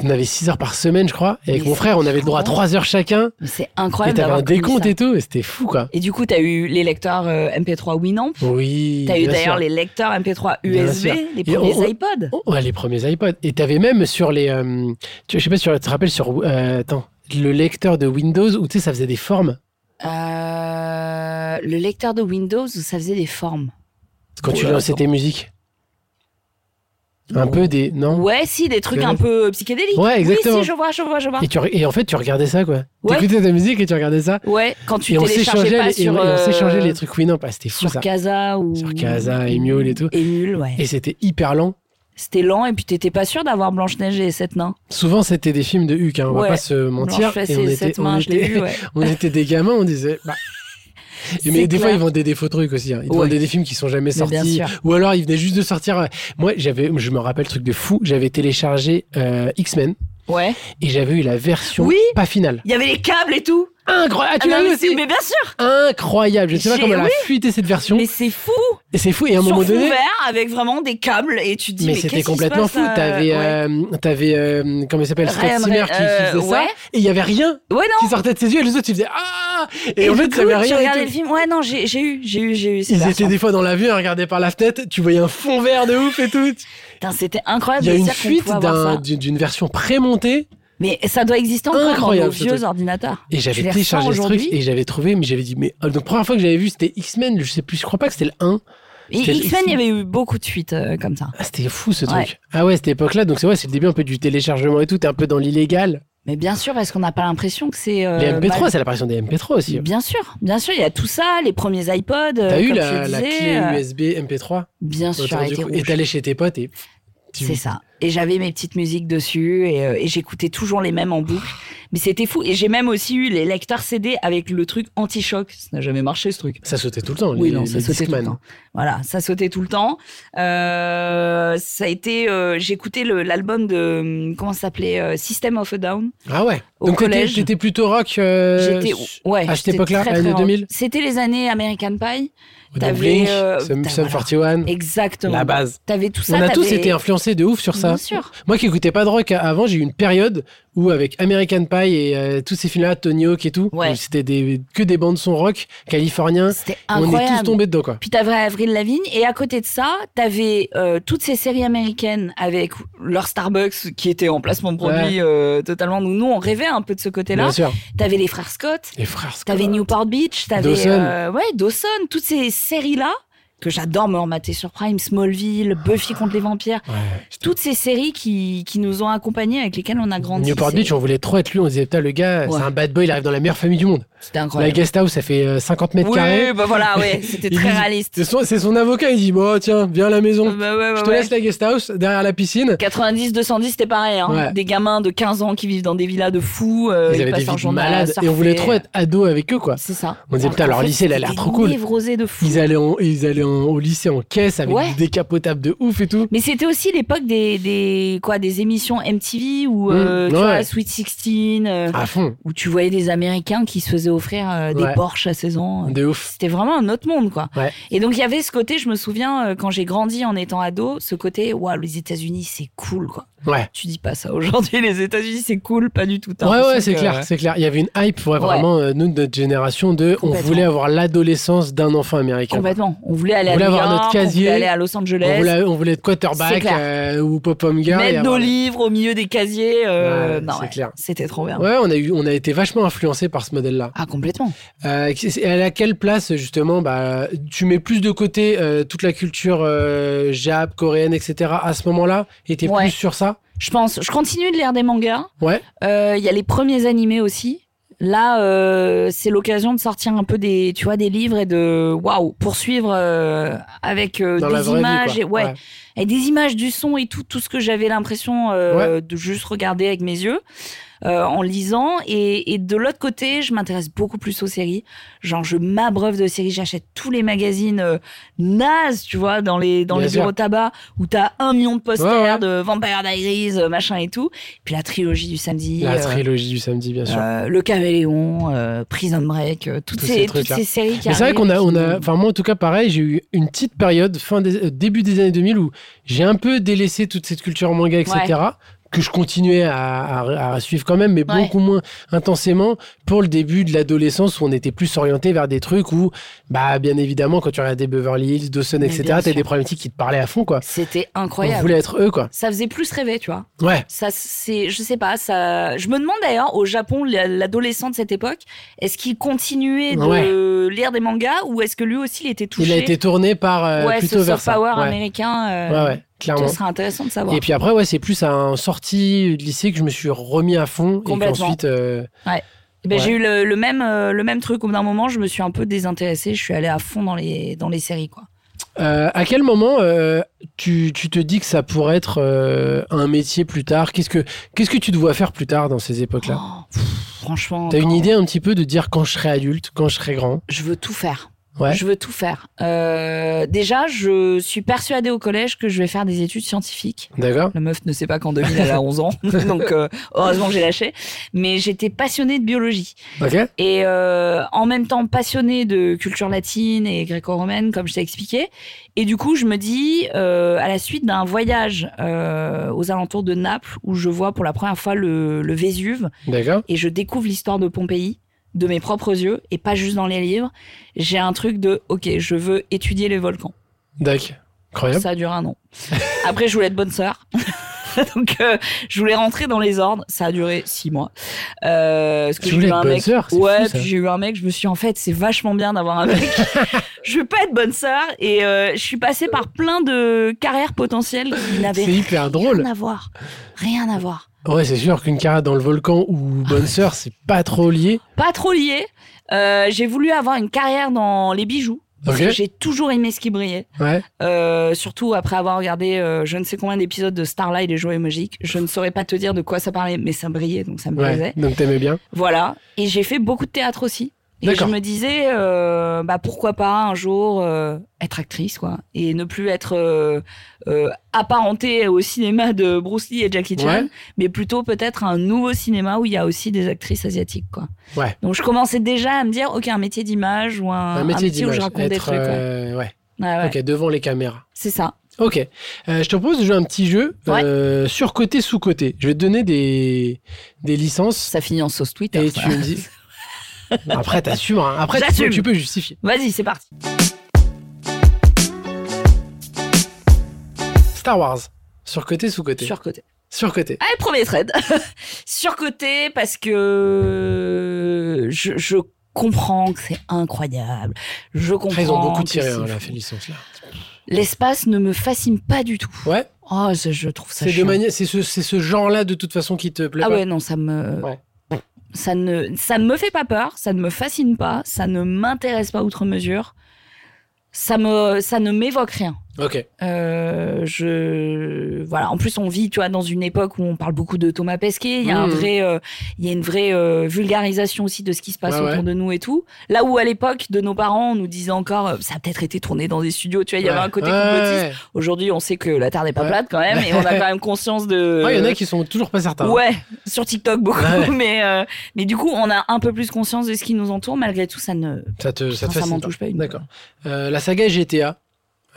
A: on avait 6 heures par semaine, je crois. Et avec
B: Mais
A: mon
B: c'est
A: frère, on avait le droit à 3 heures chacun.
B: Mais C'est
A: Et
B: incroyable.
A: t'avais
B: d'avoir
A: un
B: connu
A: décompte
B: ça.
A: et tout. Et c'était fou, quoi.
B: Et du coup, t'as eu les lecteurs euh, MP3 Winamp.
A: Oui.
B: T'as eu
A: bien
B: d'ailleurs
A: sûr.
B: les lecteurs MP3
A: Bien
B: USB,
A: sûr.
B: les
A: Et on-
B: premiers
A: on-
B: iPods.
A: Oh, ouais, les premiers iPods. Et t'avais même sur les. euh, tu, je sais pas si tu te rappelles sur. euh, attends. Le lecteur de Windows où tu sais, ça faisait des formes.
B: Euh, le lecteur de Windows, ça faisait des formes.
A: Quand tu
B: Oh là,
A: lançais tes musiques. Un
B: Non.
A: peu des. Non
B: Ouais, si, des trucs
A: Ouais.
B: un peu euh, psychédéliques.
A: Ouais, exactement.
B: Oui, si, je vois, je vois, je vois.
A: Et, tu, re- et en fait, tu regardais ça, quoi.
B: Ouais.
A: T'écoutais ta musique et tu regardais ça.
B: Ouais, quand tu
A: et on
B: téléchargeais
A: s'échangeait
B: pas
A: les, et
B: sur...
A: on- et on
B: euh,
A: s'échangeait les trucs. Oui, non, pas c'était fou
B: Sur
A: ça.
B: Casa ou...
A: Sur Casa, Emule et tout.
B: Emule, ouais.
A: Et c'était hyper lent.
B: C'était lent et puis t'étais pas sûr d'avoir Blanche-Neige et Sept nains.
A: Souvent, c'était des films de Huck, hein, on va
B: Ouais.
A: pas se mentir.
B: Blanche-Neige
A: Et on,
B: et
A: était,
B: Sept
A: on
B: mains, je l'ai
A: était-
B: vu, ouais.
A: <laughs> on était des gamins, on disait.
B: <laughs>
A: bah. Et
B: C'est
A: Mais des fois,
B: clair.
A: ils vendaient des faux trucs aussi. hein. Ils te
B: Ouais.
A: vendaient des films qui sont jamais
B: Mais bien
A: sortis.
B: sûr.
A: Ou alors, ils venaient juste de sortir. euh, Moi, j'avais, je me rappelle, truc de fou, j'avais téléchargé euh, X-Men
B: Ouais.
A: et j'avais eu la version
B: Oui.
A: pas finale.
B: Il y avait les câbles et tout.
A: Incroyable. Ah, tu
B: Ah,
A: l'as
B: mais
A: vu
B: c'est-
A: aussi
B: Mais bien sûr.
A: Incroyable. Je sais pas
B: J'ai-
A: comment elle a
B: oui.
A: fuité cette version.
B: Mais c'est fou.
A: Et c'est fou. Et à un
B: sur
A: moment
B: fond
A: donné.
B: vert avec vraiment des câbles et tu te dis
A: Mais,
B: mais,
A: c'était
B: qu'est-ce qui se
A: complètement
B: passe,
A: fou.
B: euh,
A: T'avais,
B: ouais.
A: euh, t'avais euh, comment il s'appelle, Scott
B: Ryan
A: Zimmer
B: Ray-
A: qui, qui
B: euh,
A: faisait ça.
B: ouais.
A: Et il y avait rien
B: ouais
A: qui
B: non
A: sortait de ses yeux. Et les autres, ils faisaient ah. euh, Et,
B: et
A: en
B: du
A: fait,
B: coup,
A: ça avait
B: tu
A: rien.
B: regardais
A: et
B: le
A: tout.
B: film ouais non j'ai j'ai eu j'ai eu j'ai eu cette
A: Ils
B: version.
A: étaient des fois dans l'avion, ils regardaient par la fenêtre. Tu voyais un fond vert de ouf et tout.
B: Putain, c'était
A: Il
B: incroyable
A: y a
B: de
A: une
B: dire qu'on
A: fuite
B: pouvait avoir
A: d'un-
B: ça
A: d'une d'une version prémontée.
B: mais ça doit exister encore
A: Incroyable, ce
B: dans nos vieux
A: truc.
B: ordinateurs
A: Et j'avais
B: les
A: téléchargé ce
B: ressens
A: truc
B: aujourd'hui
A: et j'avais trouvé, mais j'avais dit, mais euh, donc première fois que j'avais vu, c'était X-Men. Je sais plus, je crois pas que c'était le 1.
B: et
A: C'était-
B: X-Men il y avait eu beaucoup de fuites euh, comme ça
A: Ah, c'était fou ce
B: Ouais.
A: truc. Ah ouais, cette époque-là, donc c'est ouais, c'est le début un peu du téléchargement et tout. T'es un peu dans l'illégal.
B: mais bien sûr parce qu'on n'a pas l'impression que c'est euh,
A: Les MP3,
B: mal-
A: c'est l'apparition des MP3 aussi.
B: Bien sûr, bien sûr, il y a tout ça, les premiers iPods. euh,
A: T'as eu la, la clé USB MP3
B: Bien sûr,
A: autour
B: elle
A: du
B: était
A: cou-
B: rouge.
A: et t'allais chez tes potes et tu-
B: C'est ça. Et j'avais mes petites musiques dessus et, euh, et j'écoutais toujours les mêmes en boucle. Mais c'était fou. Et j'ai même aussi eu les lecteurs CD avec le truc anti-choc. Ça n'a jamais marché ce truc.
A: ça sautait tout le temps.
B: Oui,
A: les-
B: non,
A: les
B: ça sautait tout le
A: Discman.
B: temps. Voilà, ça sautait tout le temps. Euh, ça a été. euh, J'écoutais le- l'album de. Comment ça s'appelait euh, System of a Down.
A: Ah ouais.
B: Au
A: donc t'étais-
B: collège.
A: t'étais plutôt rock euh,
B: J'étais.
A: su-
B: Ouais.
A: à cette
B: j'étais
A: époque-là,
B: très, très
A: années
B: rock.
A: 2000?
B: C'était les années American Pie.
A: de
B: t'avais,
A: Blink,
B: euh,
A: Sum
B: t'as-
A: Sum
B: voilà.
A: 41.
B: Exactement.
A: La base.
B: T'avais tout ça.
A: On a tous
B: t'avais-
A: été influencés de ouf sur ça. ça.
B: Bien sûr.
A: Moi qui écoutais pas de rock avant, j'ai eu une période où avec American Pie et euh, tous ces films-là, Tony Hawk et tout,
B: Ouais.
A: où c'était des, que des bandes son rock californien.
B: Oh, C'était
A: On est tous
B: incroyable.
A: tombés dedans quoi.
B: Puis t'avais Avril Lavigne et à côté de ça, t'avais euh, toutes ces séries américaines avec leur Starbucks qui était en placement de produits euh, totalement. Nous, nous, on rêvait un peu de ce côté-là.
A: Bien sûr.
B: T'avais les frères Scott,
A: Les frères. Scott.
B: t'avais Newport Beach, t'avais
A: Dawson.
B: euh, ouais Dawson, toutes ces séries-là que j'adore me remater sur Prime, Smallville, Buffy contre les vampires,
A: Ouais.
B: toutes ces séries qui, qui nous ont accompagnés avec lesquelles on a grandi.
A: Newport
B: C'est-
A: Beach, on voulait trop être lui. On disait, putain, le gars,
B: Ouais.
A: c'est un bad boy, il arrive dans la meilleure famille du monde.
B: C'était
A: La
B: incroyable.
A: guest house, ça fait euh, 50 mètres carrés.
B: oui, bah voilà, ouais, c'était
A: <laughs> Il
B: très
A: dit-
B: réaliste.
A: C'est son, c'est son avocat, il dit, bon, tiens, viens à la maison.
B: Bah ouais, ouais,
A: Je te
B: ouais.
A: laisse la guest house derrière la
B: Euh,
A: piscine.
B: 90, 210, c'était pareil. Hein.
A: Ouais.
B: Des gamins de 15 ans qui vivent dans des villas de fous. euh,
A: ils avaient
B: passent
A: des
B: leur
A: vies de
B: journée à
A: malades et
B: surfer.
A: on voulait trop être ados avec eux, quoi.
B: C'est ça.
A: On disait, putain,
B: En
A: leur
B: fait,
A: lycée, il a
B: c'était
A: l'air
B: des
A: trop cool.
B: névrosés de fous.
A: Ils allaient, en- ils allaient en- au lycée en caisse avec
B: Ouais.
A: des décapotables de ouf et tout.
B: Mais c'était aussi l'époque des, des, quoi, des émissions MTV ou euh,
A: Mm,
B: tu
A: ouais.
B: vois, Sweet 16, euh,
A: À fond,
B: où tu voyais des Américains qui se faisaient offrir euh, des
A: Ouais.
B: Porsche à 16 ans.
A: de ouf.
B: C'était vraiment un autre monde, quoi.
A: Ouais.
B: Et donc, il y avait ce côté, je me souviens, euh, quand j'ai grandi en étant ado, ce côté, waouh, les États-Unis, c'est cool, quoi.
A: Ouais.
B: Tu dis pas ça aujourd'hui, <laughs> les États-Unis, c'est cool, pas du tout. T'as
A: Ouais, ouais,
B: l'impression
A: c'est
B: que-
A: clair, c'est clair. Il y avait une hype, ouais,
B: Ouais.
A: vraiment, euh, nous, de notre génération, de on
B: Complètement.
A: voulait avoir l'adolescence d'un enfant américain.
B: Complètement. On voulait aller
A: On
B: à
A: voulait
B: New
A: avoir
B: York,
A: notre casier.
B: on voulait aller à Los
A: On
B: Angeles,
A: voulait, on voulait être
B: C'est
A: quarterback
B: clair.
A: euh, ou pop-home girl. et
B: mettre nos
A: avoir-
B: livres au milieu des casiers. euh,
A: Ouais,
B: non,
A: c'est
B: ouais,
A: clair.
B: c'était trop bien.
A: Ouais, on a, eu, on a été vachement influencé par ce modèle-là.
B: Ah, complètement.
A: Euh, et à laquelle place, justement, bah, tu mets plus de côté euh, toute la culture euh, jap, coréenne, etc. à ce moment-là Et t'es
B: Ouais.
A: plus sur ça
B: Je pense, je continue de lire des mangas.
A: Ouais.
B: Euh, Il y a les premiers animés aussi. Là, euh, c'est l'occasion de sortir un peu des, tu vois, des livres et de, waouh, poursuivre euh, avec euh,
A: Dans la
B: des
A: vraie
B: images
A: vie,
B: et
A: quoi.
B: ouais, et des images, du son et tout, tout ce que j'avais l'impression euh, de juste regarder avec mes yeux euh, en lisant. Et, et de l'autre côté, je m'intéresse beaucoup plus aux séries. Genre, je m'abreuve de séries, j'achète tous les magazines euh, nazes, tu vois, dans les, dans
A: Bien
B: les
A: sûr.
B: bureaux tabac, où t'as un million de posters
A: Ouais, ouais.
B: de Vampire Diaries, euh, machin et tout. Puis la trilogie du samedi.
A: La
B: euh,
A: trilogie du samedi, bien sûr.
B: euh, le Caméléon, euh, Prison Break, euh, toutes,
A: Tous ces
B: ces, toutes
A: trucs-là.
B: ces séries qui
A: Mais c'est vrai
B: arrivent
A: qu'on a,
B: et qui
A: on a,
B: nous-
A: enfin moi en tout cas pareil, j'ai eu une petite période fin des, euh, début des années 2000 où j'ai un peu délaissé toute cette culture manga, etc. Que je continuais à, à- à suivre quand même, mais
B: Ouais.
A: beaucoup moins intensément pour le début de l'adolescence où on était plus orienté vers des trucs où, bah, bien évidemment, quand tu regardais Beverly Hills, Dawson,
B: Mais
A: etc.,
B: bien
A: t'as
B: sûr.
A: des problématiques qui te parlaient à fond, quoi.
B: C'était
A: On
B: incroyable.
A: voulait être eux, quoi.
B: Ça faisait plus rêver, tu vois.
A: Ouais.
B: Ça, c'est, je sais pas, ça. Je me demande d'ailleurs, au Japon, la- l'adolescent de cette époque, est-ce qu'il continuait de lire des mangas ou est-ce que lui aussi il était touché
A: Il a été tourné par euh,
B: ouais,
A: plutôt
B: ce
A: vers
B: soft
A: ça.
B: power
A: Ouais.
B: américain. euh,
A: ouais, ouais, clairement.
B: Ça serait intéressant de savoir.
A: Et puis après, ouais, c'est plus en sortie de lycée que je me suis remis à fond. Et
B: Complètement.
A: qu'ensuite, euh,
B: Ben,
A: ouais.
B: J'ai eu le, le même, euh, le même truc. Au bout d'un moment, je me suis un peu désintéressée. Je suis allée à fond dans les, dans les séries, quoi.
A: Euh, à quel moment euh, tu, tu te dis que ça pourrait être euh, un métier plus tard Qu'est-ce que Qu'est-ce que tu te vois faire plus tard dans ces époques-là
B: Oh, pff, franchement.
A: T'as une
B: quand-
A: idée un petit peu de dire quand je serai adulte, quand je serai grand
B: Je veux tout faire.
A: Ouais.
B: Je veux tout faire. Euh, déjà, je suis persuadée au collège que je vais faire des études scientifiques.
A: D'accord
B: La meuf ne sait pas qu'en 2000 <laughs> elle a 11 ans, donc euh, heureusement j'ai lâché. Mais j'étais passionnée de biologie
A: Ok
B: et euh, en même temps passionnée de culture latine et gréco-romaine, comme je t'ai expliqué. Et du coup, je me dis, euh, à la suite d'un voyage euh, aux alentours de Naples, où je vois pour la première fois le, le Vésuve
A: D'accord
B: et je découvre l'histoire de Pompéi de mes propres yeux et pas juste dans les livres, j'ai un truc de, ok, je veux étudier les volcans.
A: D'accord. Incroyable.
B: Ça a duré un an. Après, je voulais être bonne sœur. <laughs> Donc, euh, je voulais rentrer dans les ordres. Ça a duré six mois. Euh, parce que
A: Tu
B: j'ai
A: voulais
B: eu
A: être
B: un
A: bonne
B: mec.
A: sœur, c'est
B: ouais,
A: fou, ça.
B: puis j'ai eu un mec. Je me suis dit, en fait, c'est vachement bien
A: <laughs>
B: d'avoir un mec. je veux pas être bonne sœur. Et euh, je suis passée par plein de carrières potentielles qui
A: C'est
B: n'avaient
A: hyper
B: rien
A: drôle.
B: à voir. Rien à voir.
A: Ouais, c'est sûr qu'une carrière dans le volcan ou bonne sœur, c'est pas trop lié.
B: Pas trop lié. Euh, j'ai voulu avoir une carrière dans les bijoux. Parce
A: Ok.
B: que j'ai toujours aimé ce qui brillait.
A: Ouais.
B: Euh, surtout après avoir regardé euh, je ne sais combien d'épisodes de Starlight et Joyeux Magique. Je ne saurais pas te dire de quoi ça parlait, mais ça brillait, donc ça me plaisait.
A: Ouais. Donc t'aimais bien.
B: Voilà. Et j'ai fait beaucoup de théâtre aussi. Et je
A: D'accord.
B: me disais, euh, bah pourquoi pas un jour euh, être actrice, quoi, et ne plus être euh, euh, apparentée au cinéma de Bruce Lee et Jackie Chan,
A: Ouais.
B: mais plutôt peut-être un nouveau cinéma où il y a aussi des actrices asiatiques, quoi.
A: Ouais.
B: Donc je commençais déjà à me dire, ok, un métier d'image ou un, un métier, où je
A: d'image,
B: raconte des
A: être,
B: trucs. ouais.
A: euh, ouais.
B: Ouais, ouais.
A: Ok, devant les caméras.
B: C'est ça.
A: Ok. Euh, je te propose de jouer un petit jeu euh, sur côté sous côté. Je vais te donner des, des licences
B: Ça finit en sauce Twitter.
A: et
B: ça.
A: tu me dis.
B: <laughs>
A: Après, t'assumes. hein. Après, tu peux,
B: J'assume.
A: tu peux justifier.
B: Vas-y, c'est parti.
A: Star Wars. Sur côté sous côté. Sur,
B: Surcoté.
A: côté.
B: Allez, premier trade. <laughs> Surcoté parce que je, je comprends que c'est incroyable. Je comprends.
A: Ils ont beaucoup
B: que
A: tiré
B: oh, c'est
A: hein, la
B: fou.
A: licence là.
B: L'espace ne me fascine pas du tout.
A: Ouais.
B: Oh, je, je trouve ça
A: C'est de
B: chiant.
A: mani- c'est ce, c'est ce genre-là de toute façon qui te plaît
B: Ah
A: pas.
B: ouais, non, ça me.
A: Ouais.
B: Ça ne, ça ne me fait pas peur, ça ne me fascine pas, ça ne m'intéresse pas outre mesure, ça, me, ça ne m'évoque rien.
A: Ok.
B: Euh, je voilà. En plus, on vit, tu vois, dans une époque où on parle beaucoup de Thomas Pesquet. Il y a un
A: Mhm.
B: vrai, euh, il y a une vraie euh, vulgarisation aussi de ce qui se passe
A: Ouais,
B: autour
A: ouais.
B: de nous et tout. Là où à l'époque de nos parents, on nous disait encore, euh, ça a peut-être été tourné dans des studios. Tu vois, il y avait
A: Ouais.
B: un côté
A: Ouais,
B: complotiste.
A: ouais.
B: Aujourd'hui, on sait que la terre n'est pas
A: Ouais.
B: plate quand même,
A: <laughs>
B: et on a quand même conscience de.
A: Ouais, il y en a qui sont toujours pas certains.
B: Euh,
A: hein.
B: Ouais, sur TikTok beaucoup,
A: Ouais.
B: mais euh, mais du coup, on a un peu plus conscience de ce qui nous entoure. Malgré tout, ça ne
A: Ça te, ça te
B: ça m'en
A: fascine pas.
B: touche pas une.
A: D'accord. Euh, la saga GTA,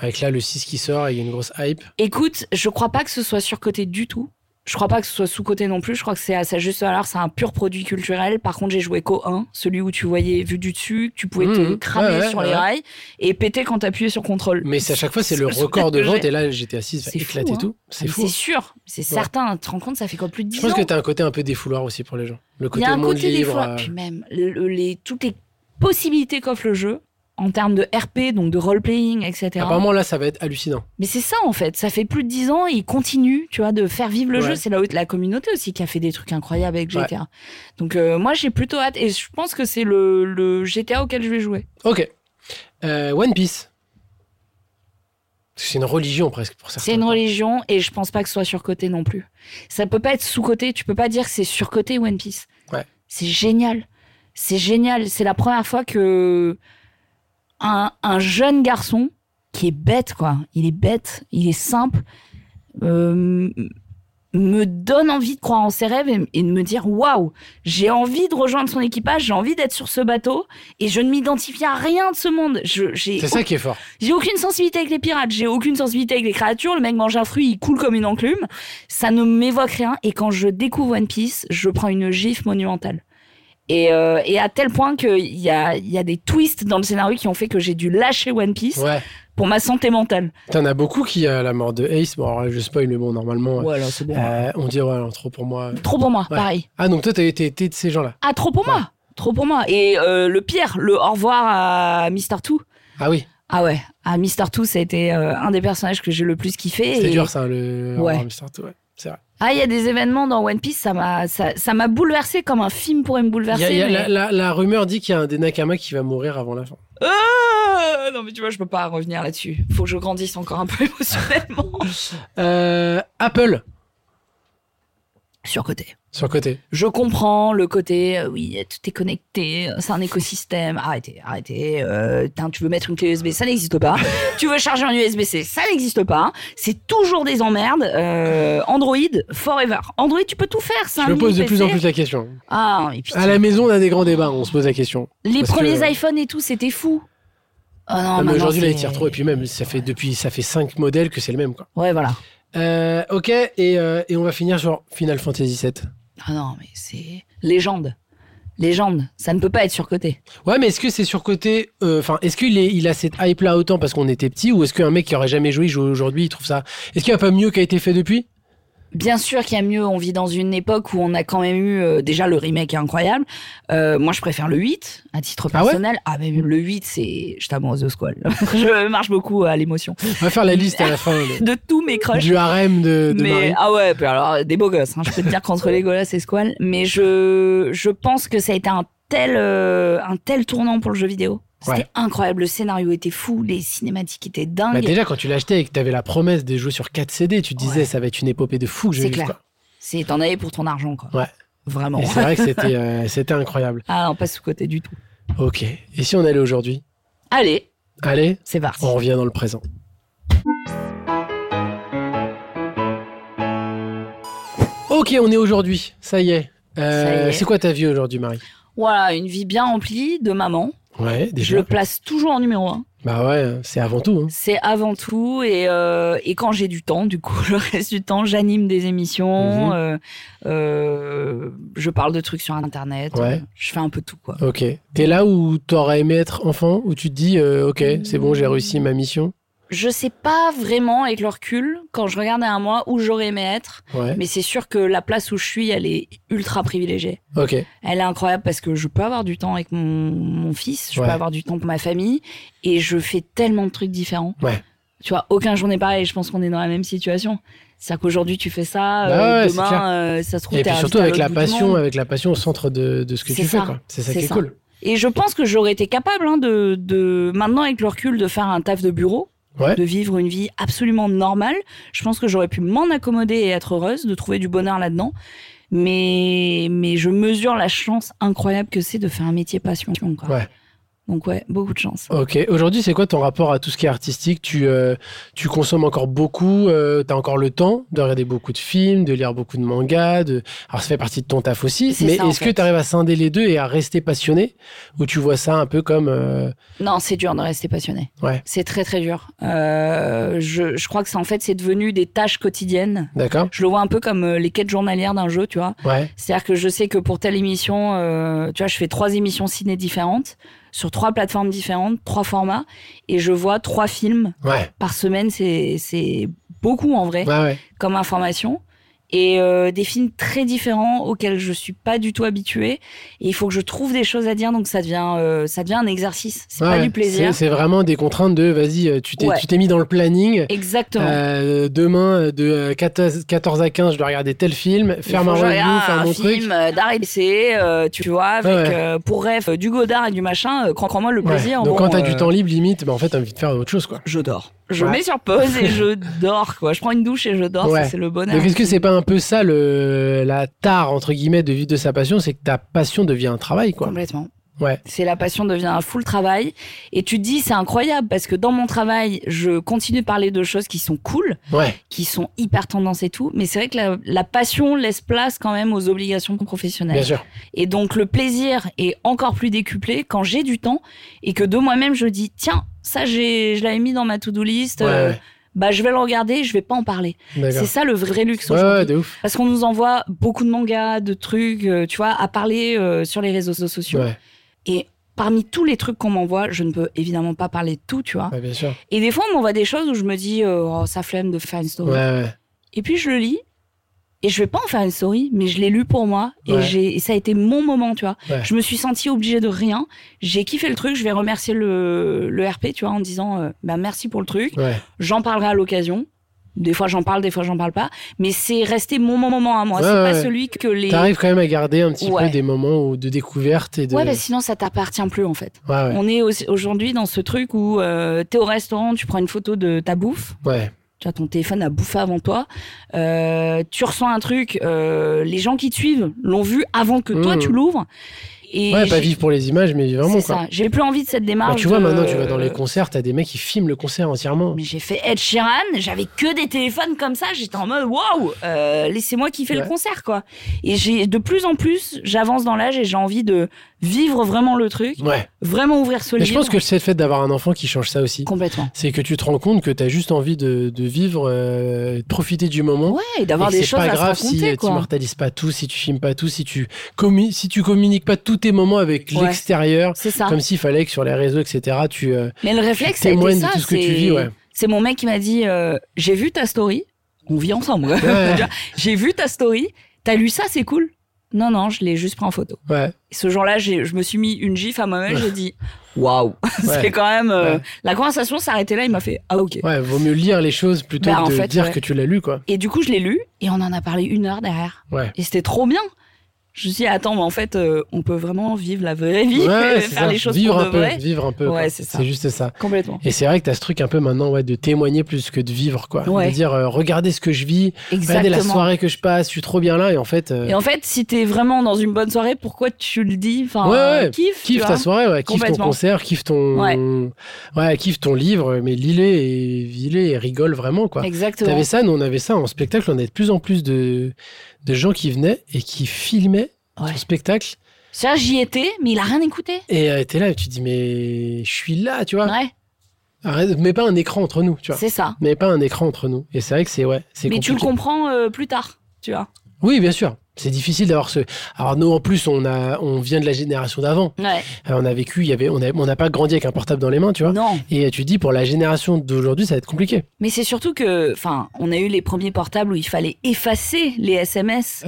A: avec là le 6 qui sort et il y a une grosse hype.
B: Écoute, je crois pas que ce soit surcoté du tout. Je crois pas que ce soit sous-coté non plus. Je crois que c'est à sa juste valeur. C'est un pur produit culturel. Par contre, j'ai joué qu'au 1, celui où tu voyais vu du dessus, que tu pouvais te
A: Mhm.
B: cramer
A: Ouais, ouais,
B: sur
A: ouais.
B: les rails et péter quand t'appuyais sur contrôle.
A: Mais c'est à chaque fois, c'est le
B: <laughs> C'est-
A: record de
B: c'est-
A: vente. Et là, GTA 6 va
B: C'est fou,
A: éclater
B: hein.
A: tout.
B: Mais
A: C'est
B: C'est
A: fou.
B: sûr, c'est certain. Tu te rends compte, ça fait quoi plus de 10
A: Je pense
B: ans
A: que t'as un côté un peu défouloir aussi pour les gens. Le
B: Il y
A: côté
B: a un
A: monde
B: côté des
A: libre.
B: fois,
A: euh,
B: puis même le- les, toutes les possibilités qu'offre le jeu en termes de RP, donc de role-playing, etc.
A: Apparemment, là, ça va être hallucinant.
B: Mais c'est ça en fait, ça fait plus de 10 ans et ils continuent, tu vois, de faire vivre le
A: Ouais.
B: jeu. C'est la, la communauté aussi qui a fait des trucs incroyables avec
A: Ouais.
B: GTA. Donc euh, moi j'ai plutôt hâte et je pense que c'est le, le GTA auquel je vais jouer.
A: Ok. Euh, One Piece. C'est une religion presque pour certains.
B: C'est une religion et je pense pas que ce soit surcoté non plus. Ça peut pas être sous-coté, tu peux pas dire que c'est surcoté One Piece.
A: Ouais.
B: C'est génial. C'est génial. C'est la première fois que un, un jeune garçon qui est bête, quoi, il est bête, il est simple, euh, me donne envie de croire en ses rêves et, et de me dire waouh, j'ai envie de rejoindre son équipage, j'ai envie d'être sur ce bateau et je ne m'identifie à rien de ce monde. Je- J'ai
A: C'est ça qui est fort.
B: j'ai aucune sensibilité avec les pirates, j'ai aucune sensibilité avec les créatures. Le mec mange un fruit, il coule comme une enclume. Ça ne m'évoque rien. Et quand je découvre One Piece, je prends une gifle monumentale. Et, euh, et à tel point qu'il y a, il y a des twists dans le scénario qui ont fait que j'ai dû lâcher One Piece
A: Ouais.
B: pour ma santé mentale.
A: T'en as beaucoup qui a la mort de Ace. Bon, alors là, je spoil, mais bon, normalement.
B: Voilà, c'est bon.
A: euh, on dit, ouais, non, trop pour moi.
B: Trop pour moi,
A: Ouais.
B: pareil.
A: Ah, donc toi, t'as été été de ces gens-là.
B: Ah, trop pour
A: Ouais.
B: moi. Trop pour moi. Et euh, le pire, le au revoir à Mister Two.
A: Ah oui,
B: Ah ouais, à Mister Two, ça a été euh, un des personnages que j'ai le plus kiffé.
A: c'était
B: Et-
A: dur ça, le.
B: Ouais.
A: Oh, Mr. Two, ouais. C'est vrai.
B: Ah, il y a des événements dans One Piece, ça m'a ça, ça m'a bouleversé comme un film pourrait me
A: Il y
B: bouleverser.
A: a- il y a-
B: mais-
A: la, la- la rumeur dit qu'il y a un des Nakama qui va mourir avant la fin.
B: Ah non mais tu vois, je peux pas revenir là-dessus. Faut que je grandisse encore un peu <laughs> émotionnellement.
A: Euh, Apple,
B: Surcoté.
A: sur le côté.
B: Je comprends le côté, euh, oui, tout est connecté, euh, c'est un écosystème. Arrêtez, arrêtez. euh, putain, tu veux mettre une clé USB, ça
A: <laughs>
B: n'existe pas. tu veux charger un USB-C, ça n'existe pas. C'est toujours des emmerdes. Euh, Android, forever. Android, tu peux tout faire. Ah c'est
A: Je
B: un
A: me pose de
B: mini
A: plus en
B: PC.
A: plus la question.
B: Ah, et puis
A: À la maison, on a des grands débats, on se pose la question.
B: Les
A: Parce
B: premiers
A: que-
B: iPhones et tout, c'était fou. Oh non,
A: Non, Ah, mais
B: maintenant,
A: aujourd'hui, là, ils
B: c'est-
A: tirent trop. Et puis même, ça fait depuis, ça fait 5 modèles que c'est le même, quoi.
B: Ouais, voilà.
A: Euh, ok, et, euh, et on va finir sur Final Fantasy VII.
B: Ah non, mais c'est. Légende. Légende. Ça ne peut pas être surcoté.
A: Ouais, mais est-ce que c'est surcoté euh, Enfin, est-ce qu'il est, il a cette hype-là autant parce qu'on était petit, ou est-ce qu'un mec qui aurait jamais joué il joue aujourd'hui, il trouve ça Est-ce qu'il y a pas mieux qui a été fait depuis
B: Bien sûr qu'il y a mieux. On vit dans une époque où on a quand même eu. euh, déjà, le remake est incroyable. Euh, moi, je préfère le 8, à titre
A: Ah ouais
B: personnel. Ah, mais le 8, c'est. Je t'amuse de squall. <laughs> je marche beaucoup à l'émotion.
A: On va faire la liste à la fin
B: <laughs>
A: le-
B: De tous mes crushs.
A: du harem de, de
B: mais
A: Marie.
B: ah ouais, puis alors des beaux gosses. hein, je peux te dire qu'entre Legolas et Squall, mais je je pense que ça a été un tel euh, un tel tournant pour le jeu vidéo. C'était
A: Ouais.
B: incroyable, le scénario était fou, les cinématiques étaient
A: Bah,
B: dingues.
A: déjà, quand tu l'achetais et que t'avais la promesse des jeux sur 4 CD, tu te disais
B: Ouais.
A: ça va être une épopée de fou que je
B: C'est
A: vais vivre,
B: clair. c'est t'en avais pour ton argent quoi.
A: Ouais.
B: Vraiment.
A: quoi. Et c'est vrai que c'était euh, c'était incroyable.
B: Ah non, pas sous côté du tout.
A: Ok. Et si on allait aujourd'hui
B: Allez,
A: Allez,
B: c'est parti.
A: on revient dans le présent. Ok, on est aujourd'hui. Ça y est. Euh,
B: Ça y est.
A: C'est quoi ta vie aujourd'hui, Marie
B: Voilà, une vie bien remplie de maman.
A: Ouais,
B: Je
A: déjà.
B: le place toujours en numéro un.
A: Bah ouais, c'est avant tout. hein.
B: C'est avant tout et, euh, et quand j'ai du temps, du coup, <laughs> le reste du temps, j'anime des émissions,
A: Mhm.
B: euh, euh, je parle de trucs sur Internet,
A: Ouais.
B: euh, je fais un peu tout quoi.
A: Ok. T'es là où t'aurais aimé être enfant, où tu te dis, euh, ok, c'est bon, j'ai réussi ma mission.
B: Je sais pas vraiment avec le recul quand je regarde à un mois où j'aurais aimé être,
A: Ouais.
B: mais c'est sûr que la place où je suis, elle est ultra privilégiée.
A: Ok.
B: Elle est incroyable parce que je peux avoir du temps avec mon, mon fils, je
A: Ouais.
B: peux avoir du temps pour ma famille et je fais tellement de trucs différents.
A: Ouais.
B: Tu vois, aucun jour n'est pareil. Je pense qu'on est dans la même situation. C'est-à-dire qu'aujourd'hui tu fais ça,
A: Bah
B: euh,
A: ouais, c'est clair.
B: demain euh, ça se trouve
A: Et
B: t'es
A: puis surtout
B: invité à
A: avec
B: l'autre
A: la
B: bout du
A: passion,
B: monde.
A: avec la passion au centre de, de ce que
B: C'est
A: tu
B: ça.
A: fais, quoi. C'est ça
B: C'est
A: qui est
B: ça.
A: cool.
B: Et je pense que j'aurais été capable hein, de, de maintenant avec le recul de faire un taf de bureau,
A: Ouais.
B: de vivre une vie absolument normale. Je pense que j'aurais pu m'en accommoder et être heureuse, de trouver du bonheur là-dedans. Mais mais je mesure la chance incroyable que c'est de faire un métier passion. quoi.
A: Ouais.
B: Donc ouais, beaucoup de chance.
A: Ok. Aujourd'hui, c'est quoi ton rapport à tout ce qui est artistique tu, euh, tu consommes encore beaucoup, euh, t'as encore le temps de regarder beaucoup de films, de lire beaucoup de mangas. De... Alors, ça fait partie de ton taf aussi.
B: C'est
A: Mais
B: ça, en
A: est-ce que
B: fait.
A: t'arrives à scinder les deux et à rester passionné Ou tu vois ça un peu comme. euh,
B: Non, c'est dur de rester passionné.
A: Ouais.
B: C'est très très dur. Euh, je, je crois que c'est en fait c'est devenu des tâches quotidiennes.
A: D'accord
B: Je le vois un peu comme euh, les quêtes journalières d'un jeu, tu vois.
A: Ouais.
B: C'est-à-dire que je sais que pour telle émission, euh, tu vois, je fais trois émissions ciné différentes sur trois plateformes différentes, trois formats, et je vois trois films
A: Ouais.
B: par semaine. C'est c'est beaucoup en vrai
A: Ouais, ouais.
B: comme information. Et euh, des films très différents auxquels je suis pas du tout habituée. Et il faut que je trouve des choses à dire, donc ça devient, euh, ça devient un exercice. C'est
A: Ouais,
B: pas
A: ouais.
B: du plaisir.
A: C'est- C'est vraiment des contraintes de vas-y, euh, tu t'es
B: Ouais.
A: tu t'es mis dans le planning.
B: Exactement.
A: Euh, demain, euh, de euh, 14, 14 à 15, je dois regarder tel film,
B: Il
A: faire
B: faut
A: ma
B: que je
A: review,
B: regarde
A: faire
B: un
A: mon truc.
B: film euh, d'art et d'essai, euh, tu vois, avec,
A: Ouais, ouais.
B: euh, pour rêve, euh, du Godard et du machin, euh, crois- crois-moi, le
A: Ouais.
B: plaisir.
A: Donc
B: bon,
A: quand t'as
B: euh,
A: du temps libre, limite, bah, en fait, t'as envie de faire autre chose, quoi.
B: Je dors. Je
A: Ouais.
B: mets sur pause
A: <laughs>
B: et je dors, quoi. Je prends une douche et je dors,
A: Ouais.
B: ça, c'est le bonheur.
A: Donc est-ce que c'est pas un peu ça le la tare entre guillemets de vivre de sa passion, c'est que ta passion devient un travail, quoi.
B: Complètement.
A: Ouais.
B: C'est la passion devient un full travail. Et tu te dis, c'est incroyable parce que dans mon travail, je continue de parler de choses qui sont cool,
A: Ouais.
B: qui sont hyper tendances et tout. Mais c'est vrai que la, la passion laisse place quand même aux obligations
A: Bien
B: professionnelles.
A: sûr.
B: Et donc le plaisir est encore plus décuplé quand j'ai du temps et que de moi-même je dis tiens ça j'ai je l'avais mis dans ma to-do list
A: Ouais,
B: euh,
A: ouais.
B: bah je vais le regarder je vais pas en parler
A: D'accord.
B: c'est ça le vrai luxe
A: Ouais,
B: aujourd'hui
A: ouais, de ouf.
B: parce qu'on nous envoie beaucoup de mangas de trucs euh, tu vois à parler euh, sur les réseaux sociaux
A: Ouais,
B: et parmi tous les trucs qu'on m'envoie je ne peux évidemment pas parler de tout tu vois
A: ouais, bien sûr.
B: et des fois on m'envoie des choses où je me dis euh, oh ça flemme de faire une story
A: Ouais, ouais.
B: et puis je le lis. Et je vais pas en faire une story, mais je l'ai lu pour moi
A: Ouais.
B: et j'ai et ça a été mon moment, tu vois.
A: Ouais.
B: Je me suis sentie obligée de rien. J'ai kiffé le truc. Je vais remercier le, le RP, tu vois, en disant euh, bah merci pour le truc.
A: Ouais.
B: J'en parlerai à l'occasion. Des fois j'en parle, des fois j'en parle pas. Mais c'est resté mon moment à moi.
A: Ouais,
B: c'est
A: ouais.
B: pas celui que les.
A: T'arrives quand même à garder un petit
B: Ouais.
A: peu des moments où- de découverte et de.
B: Ouais, bah, sinon ça t'appartient plus en fait.
A: ouais, ouais.
B: On est aussi- aujourd'hui dans ce truc où euh, t'es au restaurant, tu prends une photo de ta bouffe.
A: Ouais.
B: tu as ton téléphone à bouffer avant toi, euh, tu ressens un truc, euh, les gens qui te suivent l'ont vu avant que toi
A: Mmh.
B: tu l'ouvres. Et
A: Ouais, pas
B: j'ai-
A: vivre pour les images, mais vraiment
B: C'est
A: quoi.
B: ça. J'ai plus envie de cette démarche.
A: Bah, tu vois,
B: de- euh,
A: maintenant, tu vas dans les concerts, t'as des mecs qui filment le concert entièrement.
B: Mais j'ai fait Ed Sheeran, j'avais que des téléphones comme ça, j'étais en mode waouh, euh, laissez-moi kiffer
A: Ouais.
B: le concert quoi. Et j'ai de plus en plus, j'avance dans l'âge et j'ai envie de vivre vraiment le truc,
A: Ouais.
B: vraiment ouvrir ce
A: Mais
B: livre.
A: je pense que c'est le fait d'avoir un enfant qui change ça aussi.
B: complètement.
A: C'est que tu te rends compte que t'as juste envie de, de vivre, euh, de profiter du moment.
B: Ouais, et d'avoir
A: Et que
B: des
A: c'est
B: choses
A: pas
B: à
A: grave
B: se raconter
A: si euh, tu
B: quoi.
A: immortalises pas tout, si tu filmes pas tout, si tu, commu- si tu communiques pas tous tes moments avec
B: Ouais.
A: l'extérieur,
B: C'est ça.
A: comme s'il fallait que sur les réseaux, etc., tu, euh,
B: Mais le
A: tu
B: réflexe, ça a été
A: témoignes de
B: ça.
A: tout ce que tu
B: c'est-
A: vis. Ouais.
B: C'est mon mec qui m'a dit euh, J'ai vu ta story. On vit ensemble. ouais.
A: Ouais.
B: <laughs> Tu vois, J'ai vu ta story. T'as lu ça, c'est cool. Non, non, je l'ai juste pris en photo.
A: Ouais.
B: Et ce jour-là, j'ai- je me suis mis une gif à moi-même. J'ai dit Waouh <laughs>
A: Ouais.
B: C'est quand même. euh,
A: Ouais.
B: La conversation s'arrêtait là. Il m'a fait Ah, ok.
A: ouais, vaut mieux lire les choses plutôt
B: Bah,
A: que
B: en
A: de
B: fait,
A: dire
B: ouais.
A: que tu l'as lu, quoi.
B: Et du coup, je l'ai lu et on en a parlé une heure derrière.
A: Ouais.
B: Et c'était trop bien. Je me suis dit Attends, mais en fait, euh, on peut vraiment vivre la vraie vie, <laughs>
A: Ouais, c'est
B: faire
A: ça.
B: les choses
A: vivre
B: pour
A: un
B: de
A: peu,
B: vrai.
A: vivre un peu.
B: Ouais,
A: quoi.
B: c'est ça.
A: C'est juste ça.
B: Complètement.
A: Et c'est vrai que t'as ce truc un peu maintenant ouais, de témoigner plus que de vivre, quoi.
B: Ouais.
A: De dire, euh, regardez ce que je vis, regardez la
B: Exactement.
A: soirée que je passe, je suis trop bien là, et en fait, euh,
B: Et en fait, si t'es vraiment dans une bonne soirée, pourquoi tu le dis Enfin,
A: Ouais, ouais.
B: euh, kiffe, tu
A: kiffe
B: vois.
A: ta soirée, ouais, kiffe ton
B: Complètement.
A: concert, kiffe ton, ouais. kiffe ton livre, mais lis-les et vis-les et rigole vraiment, quoi.
B: Exactement.
A: T'avais ça, nous on avait ça en spectacle, on avait de plus en plus de, de gens qui venaient et qui filmaient
B: Ouais.
A: ton spectacle,
B: Ça, j'y étais, mais il a rien écouté.
A: et euh, t'es là, et tu te dis, mais je suis là, tu vois.
B: Ouais.
A: Arrête, mets pas un écran entre nous, tu vois.
B: C'est ça.
A: Mets pas un écran entre nous. Et c'est vrai que c'est ouais, c'est
B: Mais tu le
A: compliqué.
B: comprends euh, plus tard, tu vois.
A: Oui, bien sûr. C'est difficile d'avoir ce. Alors nous, en plus, on a, on vient de la génération d'avant.
B: Ouais.
A: Euh, on a vécu, il y avait, on a- on n'a pas grandi avec un portable dans les mains, tu vois.
B: Non.
A: Et tu te dis pour la génération d'aujourd'hui, ça va être compliqué.
B: Mais c'est surtout que, enfin, on a eu les premiers portables où il fallait effacer
A: <laughs>
B: les SMS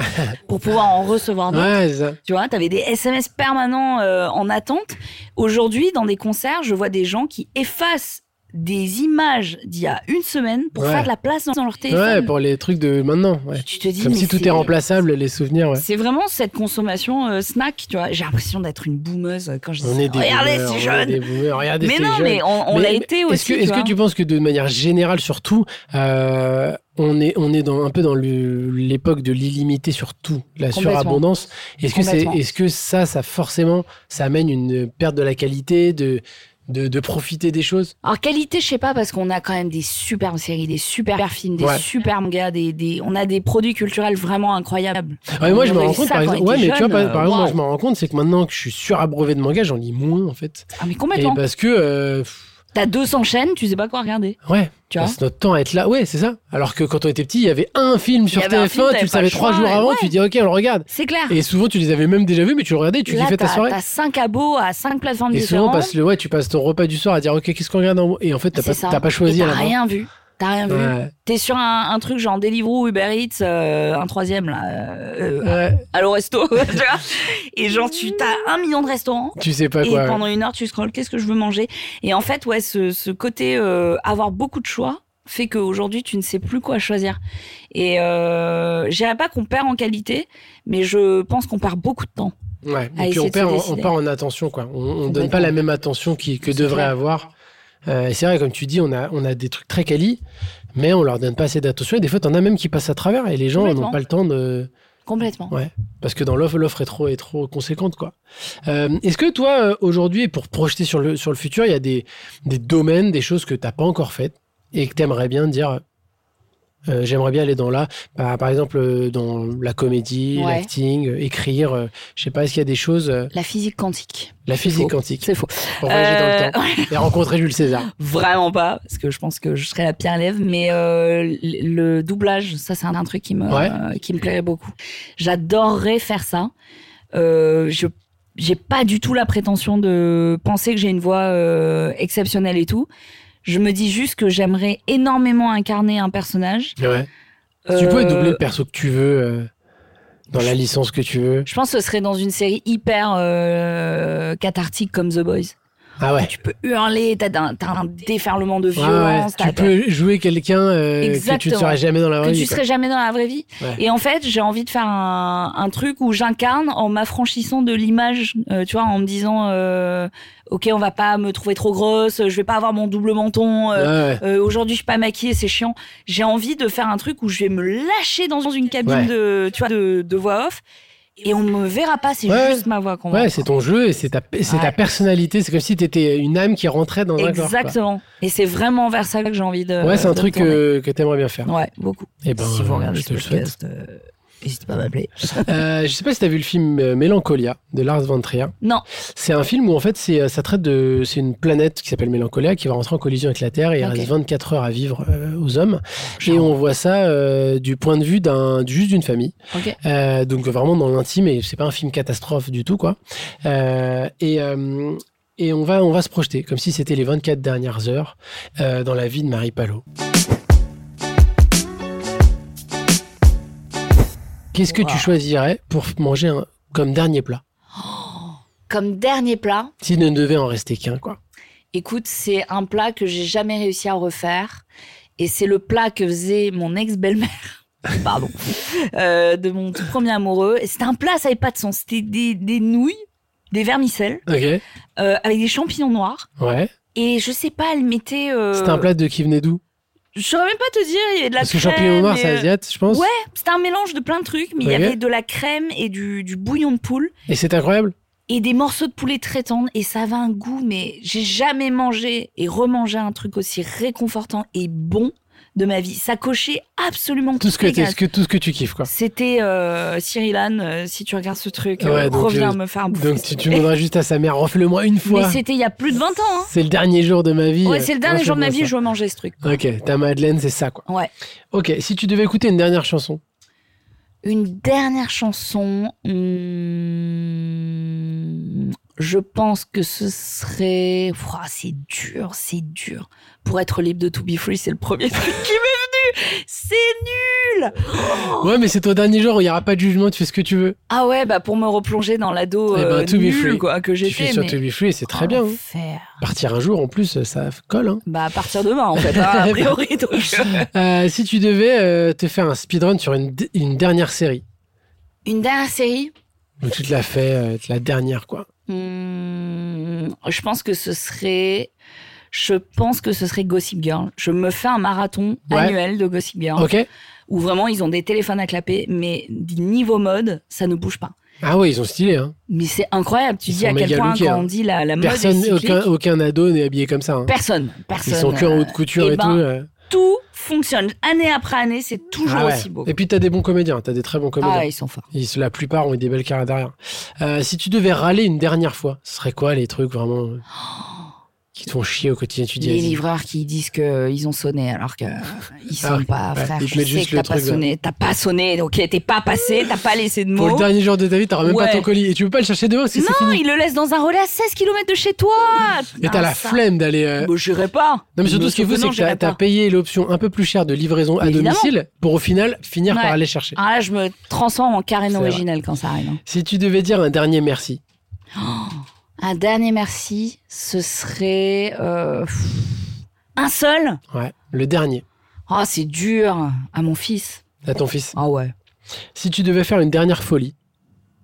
B: pour pouvoir en recevoir d'autres.
A: Ouais, c'est ça.
B: Tu vois, t'avais des SMS permanents euh, en attente. Aujourd'hui, dans des concerts, je vois des gens qui effacent des images d'il y a une semaine pour
A: Ouais.
B: faire de la place dans leur
A: ouais,
B: téléphone.
A: pour les trucs de maintenant. ouais.
B: Tu te dis,
A: Comme
B: mais
A: si tout
B: c'est-
A: est remplaçable, les souvenirs. Ouais.
B: C'est vraiment cette consommation euh, snack, tu vois. J'ai l'impression d'être une boumeuse euh, quand je dis
A: On
B: ça.
A: est des
B: Regardez,
A: boomers,
B: c'est
A: on est
B: jeune.
A: des boomers, regardez,
B: Mais
A: c'est
B: non,
A: jeune.
B: mais on, on
A: Mais-
B: l'a
A: mais
B: été
A: Est-ce que,
B: aussi.
A: est-ce
B: tu
A: que tu penses que de manière générale, surtout, euh, on est, on est dans, un peu dans le- l'époque de l'illimité sur tout, la
B: Complètement.
A: surabondance Est-ce que, c'est,
B: Complètement.
A: est-ce que ça, ça forcément, ça amène une perte de la qualité, de, de, de profiter des choses
B: Alors qualité, je sais pas parce qu'on a quand même des superbes séries, des super films, des
A: Ouais.
B: super mangas, des, des on a des produits culturels vraiment incroyables.
A: Ah, mais Moi,
B: On
A: je me
B: aurait
A: rends
B: eu
A: compte,
B: ça
A: par
B: quand
A: exemple,
B: on
A: ouais,
B: était
A: mais tu vois,
B: jeune,
A: par, par exemple, moi,
B: waouh.
A: je me rends compte, c'est que maintenant que je suis surabrevé de manga, j'en lis moins, en fait.
B: Ah mais
A: Et
B: complètement.
A: parce que, euh,
B: T'as 200 chaînes, tu sais pas quoi regarder.
A: ouais,
B: Tu
A: on
B: vois
A: passe notre temps à être là. Ouais, c'est ça. Alors que quand on était petit, il y avait un film sur
B: y avait un
A: TF1,
B: film,
A: tu
B: t'avais
A: le
B: pas le
A: savais trois
B: choix,
A: jours
B: et
A: avant,
B: ouais.
A: tu dis, OK, on le regarde.
B: C'est clair.
A: Et souvent, tu les avais même déjà vus, mais tu le regardais, tu
B: Là,
A: kiffais ta
B: t'as-
A: soirée.
B: T'as 5 abos à 5 plateformes
A: Et souvent, on
B: différentes.
A: passe le, ouais, tu passes ton repas du soir à dire, OK, qu'est-ce qu'on regarde en haut Et en fait, t'as
B: C'est
A: pas,
B: ça.
A: t'as pas
B: Et
A: choisi à
B: T'as
A: la fin.
B: rien vu. T'as rien vu.
A: Ouais.
B: T'es sur un, un truc genre Deliveroo, Uber Eats, euh, un troisième là, euh, euh,
A: Ouais,
B: Allo
A: <laughs>
B: Resto, tu vois. Et genre tu t'as un million de restaurants.
A: tu sais pas
B: Et
A: quoi. ouais.
B: pendant une heure, tu scrolles, qu'est-ce que je veux manger Et en fait, ouais, ce, ce côté euh, avoir beaucoup de choix fait qu'aujourd'hui, tu ne sais plus quoi choisir. Et euh, je dirais pas qu'on perd en qualité, mais je pense qu'on perd beaucoup de temps.
A: Ouais.
B: à
A: Et puis,
B: essayer
A: on
B: de
A: perd,
B: se
A: en- on
B: décider.
A: perd en attention, quoi. On, on donne
B: Complètement.
A: pas la même attention qui, que
B: C'est
A: devrait
B: clair.
A: avoir. Euh, et c'est vrai, comme tu dis, on a, on a des trucs très quali, mais on leur donne pas assez d'attention. Et des fois, t'en as même qui passent à travers et les gens n'ont
B: Complètement.
A: pas le temps de.
B: Complètement.
A: Parce que dans l'offre, l'offre est trop, est trop conséquente. quoi. Euh, Est-ce que toi, euh, aujourd'hui, pour projeter sur le, sur le futur, il y a des, des domaines, des choses que tu n'as pas encore faites et que tu aimerais bien dire euh, J'aimerais bien aller dans là, par, par exemple, euh, dans la comédie,
B: Ouais.
A: l'acting, euh, écrire. euh, je sais pas, est-ce qu'il y a des choses. euh,
B: La physique quantique.
A: la physique
B: faux.
A: quantique,
B: C'est faux.
A: pour voyager dans
B: <laughs> Euh,
A: le temps et rencontrer Jules César.
B: Vraiment pas, parce que je pense que je serais la pire élève, mais euh, l- le doublage, ça c'est un, un truc qui me,
A: Ouais.
B: euh, qui me plairait beaucoup. J'adorerais faire ça. Euh, je j'ai pas du tout la prétention de penser que j'ai une voix euh, exceptionnelle et tout. Je me dis juste que j'aimerais énormément incarner un personnage.
A: Ouais. Tu peux
B: Euh,
A: doubler le perso que tu veux, euh, dans la licence que tu veux.
B: Je pense que ce serait dans une série hyper euh, cathartique comme The Boys.
A: Ah ouais.
B: Tu peux hurler, t'as un, t'as un déferlement de
A: Ouais, ouais.
B: violence, t'as-
A: Tu peux jouer quelqu'un euh, que tu ne
B: Exactement.
A: seras jamais dans la vraie
B: que
A: vie,
B: tu
A: quoi.
B: serais jamais dans la vraie vie.
A: Ah Ouais.
B: Et en fait, j'ai envie de faire un, un truc où j'incarne en m'affranchissant de l'image, euh, tu vois, en me disant, euh, ok, on va pas me trouver trop grosse, je vais pas avoir mon double menton. euh,
A: Ouais, ouais.
B: euh, Aujourd'hui, je suis pas maquillée, c'est chiant. J'ai envie de faire un truc où je vais me lâcher dans une cabine
A: Ouais.
B: de, tu vois, de, de voix off, et on me verra pas. C'est
A: Ouais.
B: juste ma voix qu'on voit.
A: Ouais, c'est ton jeu et c'est ta, et c'est ta
B: Ouais.
A: personnalité. C'est comme si t'étais une âme qui rentrait dans un corps. quoi.
B: Exactement. Et c'est vraiment vers ça que j'ai envie de.
A: Ouais, c'est un
B: de
A: truc
B: tourner.
A: euh, que t'aimerais bien faire.
B: Ouais, beaucoup.
A: Et ben,
B: si vous regardez
A: je te
B: ce
A: le souhaite.
B: podcast, euh, n'hésitez pas à m'appeler.
A: Euh, je sais pas si t'as vu le film euh, Mélancolia de Lars von Trier.
B: Non.
A: C'est un film où en fait c'est, euh, ça traite de, c'est une planète qui s'appelle Mélancolia qui va rentrer en collision avec la Terre et il
B: Ok.
A: reste 24 heures à vivre euh, aux hommes. Et on voit ça euh, du point de vue d'un, juste d'une famille.
B: Ok.
A: Euh, donc vraiment dans l'intime et c'est pas un film catastrophe du tout quoi. Euh, et euh, et on va on va se projeter comme si c'était les 24 dernières heures euh, dans la vie de Marie Palot. Qu'est-ce que tu
B: Wow.
A: choisirais pour manger un- comme dernier plat
B: Comme dernier plat,
A: S'il ne devait en rester qu'un quoi.
B: Écoute, c'est un plat que j'ai jamais réussi à refaire. Et c'est le plat que faisait mon ex-belle-mère. <laughs> Pardon. Euh, de mon tout premier amoureux. Et C'était un plat, ça n'avait pas de sens. C'était des, des nouilles, des vermicelles,
A: Ok.
B: euh, avec des champignons noirs.
A: Ouais.
B: Et je sais pas, elle mettait. euh,
A: C'était un plat de qui venait d'où
B: Je saurais même pas te dire, il y avait de la
A: Parce que
B: crème
A: champignon noir
B: et,
A: c'est
B: euh,
A: asiate je pense.
B: Ouais. C'était un mélange de plein de trucs, mais il y
A: Ok.
B: avait de la crème et du, du bouillon de poule.
A: Et c'est incroyable.
B: et des morceaux de poulet très tendres et ça avait un goût mais j'ai jamais mangé et remangé un truc aussi réconfortant et bon de ma vie. Ça cochait absolument
A: Tout ce que,
B: les
A: t'es-
B: cases.
A: ce que- tout ce que tu kiffes, quoi.
B: C'était euh, Cyril Hanoune, euh, si tu regardes ce truc,
A: Ouais,
B: euh,
A: donc,
B: reviens
A: euh,
B: me faire bouffer.
A: Donc tu, tu demanderas juste à sa mère, refais-le-moi une
B: Mais
A: fois.
B: c'était il y a plus de 20 ans. hein.
A: C'est le dernier jour de ma vie. euh,
B: Ouais, c'est le dernier jour de ma vie,
A: Refais-moi
B: je veux manger ce truc.
A: ça. Ok, ta Madeleine, c'est ça, quoi.
B: Ouais.
A: Ok, si tu devais écouter une dernière chanson,
B: Une dernière chanson. hmm, Je pense que ce serait. Ouah, c'est dur, c'est dur. Pour être libre de To Be Free, c'est le premier <laughs> truc qui m'est venu. C'est nul.
A: Ouais, mais c'est ton dernier jour, il n'y aura pas de jugement, tu fais ce que tu veux.
B: Ah ouais, bah pour me replonger dans l'ado
A: Eh ben,
B: euh,
A: To Be
B: nul,
A: Free.
B: quoi que
A: Tu fais
B: j'étais.
A: sur
B: mais-
A: To Be Free et c'est très bien. hein.
B: Enfer.
A: Partir un jour, en plus, ça colle. hein.
B: Bah à partir de demain en
A: <laughs>
B: fait, hein, a
A: Eh ben.
B: priori. Donc, euh,
A: Euh, si tu devais euh, te faire un speedrun sur une, d- une dernière série,
B: Une dernière série.
A: donc tu te l'as fait, euh, la dernière, quoi.
B: Hmm, je pense que ce serait. Je pense que ce serait Gossip Girl. Je me fais un marathon
A: Ouais.
B: annuel de Gossip Girl
A: Ok
B: où vraiment ils ont des téléphones à clapper, mais du niveau mode, ça ne bouge pas.
A: Ah ouais, ils ont stylé. Hein.
B: Mais c'est incroyable. Tu
A: Ils
B: dis
A: sont
B: à quel
A: méga
B: point
A: lookés,
B: quand
A: hein.
B: on dit la, la mode est
A: Personne,
B: cyclique,
A: aucun, aucun ado n'est habillé comme ça. hein.
B: personne, personne.
A: Ils sont que en haute couture
B: Eh
A: et,
B: ben,
A: tout. euh.
B: Tout fonctionne année après année. C'est toujours
A: Ah ouais.
B: aussi beau.
A: Et puis t'as des bons comédiens, t'as des très bons comédiens.
B: Ah, ils sont forts.
A: Ils- la plupart ont eu des belles carrières derrière. Euh, si tu devais râler une dernière fois, ce serait quoi les trucs vraiment <gasps> euh, qui te font chier au quotidien Tu dis,
B: Les
A: vas-y.
B: livreurs qui disent qu'ils ont sonné alors que euh, ils sont
A: Ah oui.
B: pas,
A: Ouais,
B: frères.
A: ils te mettent
B: je sais
A: juste
B: que
A: le
B: t'as pas
A: truc, là.
B: sonné, t'as pas sonné, ok, t'es pas passé, t'as pas laissé de
A: Pour
B: mots.
A: le dernier jour de ta vie, t'auras même pas
B: Ouais.
A: ton colis. Et tu peux pas le chercher demain parce que c'est
B: Non,
A: fini.
B: il le laisse dans un relais à 16 km de chez toi. Ah,
A: Et t'as la flemme d'aller. euh,
B: Bon, j'irai pas.
A: Non, mais surtout, ce qui est fou,
B: vous
A: c'est que t'as- t'as payé l'option un peu plus chère de livraison à
B: Mais évidemment.
A: domicile pour au final finir
B: Ouais.
A: par aller chercher.
B: Ah là, je me transforme en Karen
A: C'est vrai.
B: originelle quand ça arrive. hein.
A: Si tu devais dire un dernier merci,
B: Un dernier merci, ce serait. euh, pff, un seul
A: ouais, le dernier,
B: Oh, c'est dur. À mon fils.
A: à ton fils.
B: Ah ouais.
A: Si tu devais faire une dernière folie,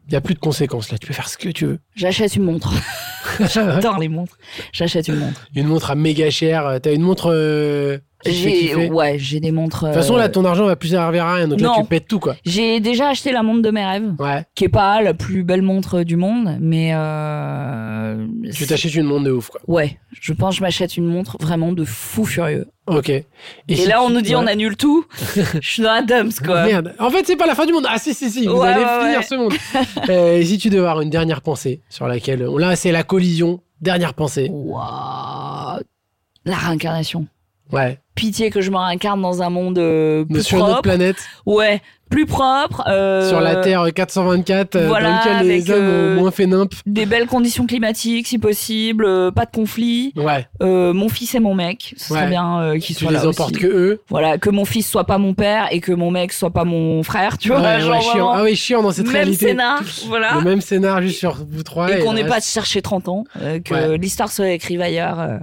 A: il n'y a plus de conséquences là, tu peux faire ce que tu veux.
B: J'achète une montre.
A: <laughs>
B: J'adore les montres. J'achète une montre.
A: une montre à méga cher, t'as une montre. euh, qui te fait
B: J'ai
A: kiffer.
B: ouais, j'ai des montres.
A: De toute façon, là, ton argent va plus servir à rien, donc là,
B: non.
A: tu pètes tout, quoi.
B: J'ai déjà acheté la montre de mes rêves,
A: Ouais.
B: qui est pas la plus belle montre du monde, mais euh,
A: Tu
B: c'est-
A: t'achètes une montre de ouf, quoi.
B: Ouais, je pense que je m'achète une montre vraiment de fou furieux.
A: Ok. Et,
B: Et,
A: si
B: là,
A: tu-
B: on nous dit
A: ouais.
B: on
A: <laughs>
B: annule tout. je suis dans la dumps quoi.
A: Merde. En fait, c'est pas la fin du monde. Ah, si, si, si, vous
B: Ouais,
A: allez
B: ouais,
A: finir
B: ouais.
A: ce monde.
B: <laughs>
A: Euh, et si tu devais avoir une dernière pensée sur laquelle. Là, c'est la collision. Dernière pensée.
B: Waouh, la réincarnation.
A: Ouais.
B: Pitié que je me réincarne dans un monde euh, plus
A: Sur notre
B: propre.
A: planète,
B: Ouais, plus propre. euh,
A: sur la Terre 424, euh,
B: voilà,
A: dans laquelle les
B: avec,
A: hommes
B: euh,
A: ont moins fait nimp.
B: Des belles conditions climatiques, si possible. euh, pas de conflit.
A: Ouais.
B: Euh, mon fils et mon mec. Ce serait
A: Ouais.
B: bien euh, qu'ils
A: Tu
B: soient là
A: les
B: aussi.
A: emportes que eux.
B: Voilà, que mon fils soit pas mon père et que mon mec soit pas mon frère, tu vois,
A: Ouais,
B: genre
A: ouais, chiant.
B: vraiment,
A: Ah oui, chiant dans cette
B: même
A: réalité.
B: scénar, voilà.
A: Le même scénar juste sur vous trois.
B: et qu'on
A: le
B: n'ait pas
A: reste-
B: cherché 30 ans, euh, que
A: Ouais.
B: l'histoire soit écrite ailleurs euh,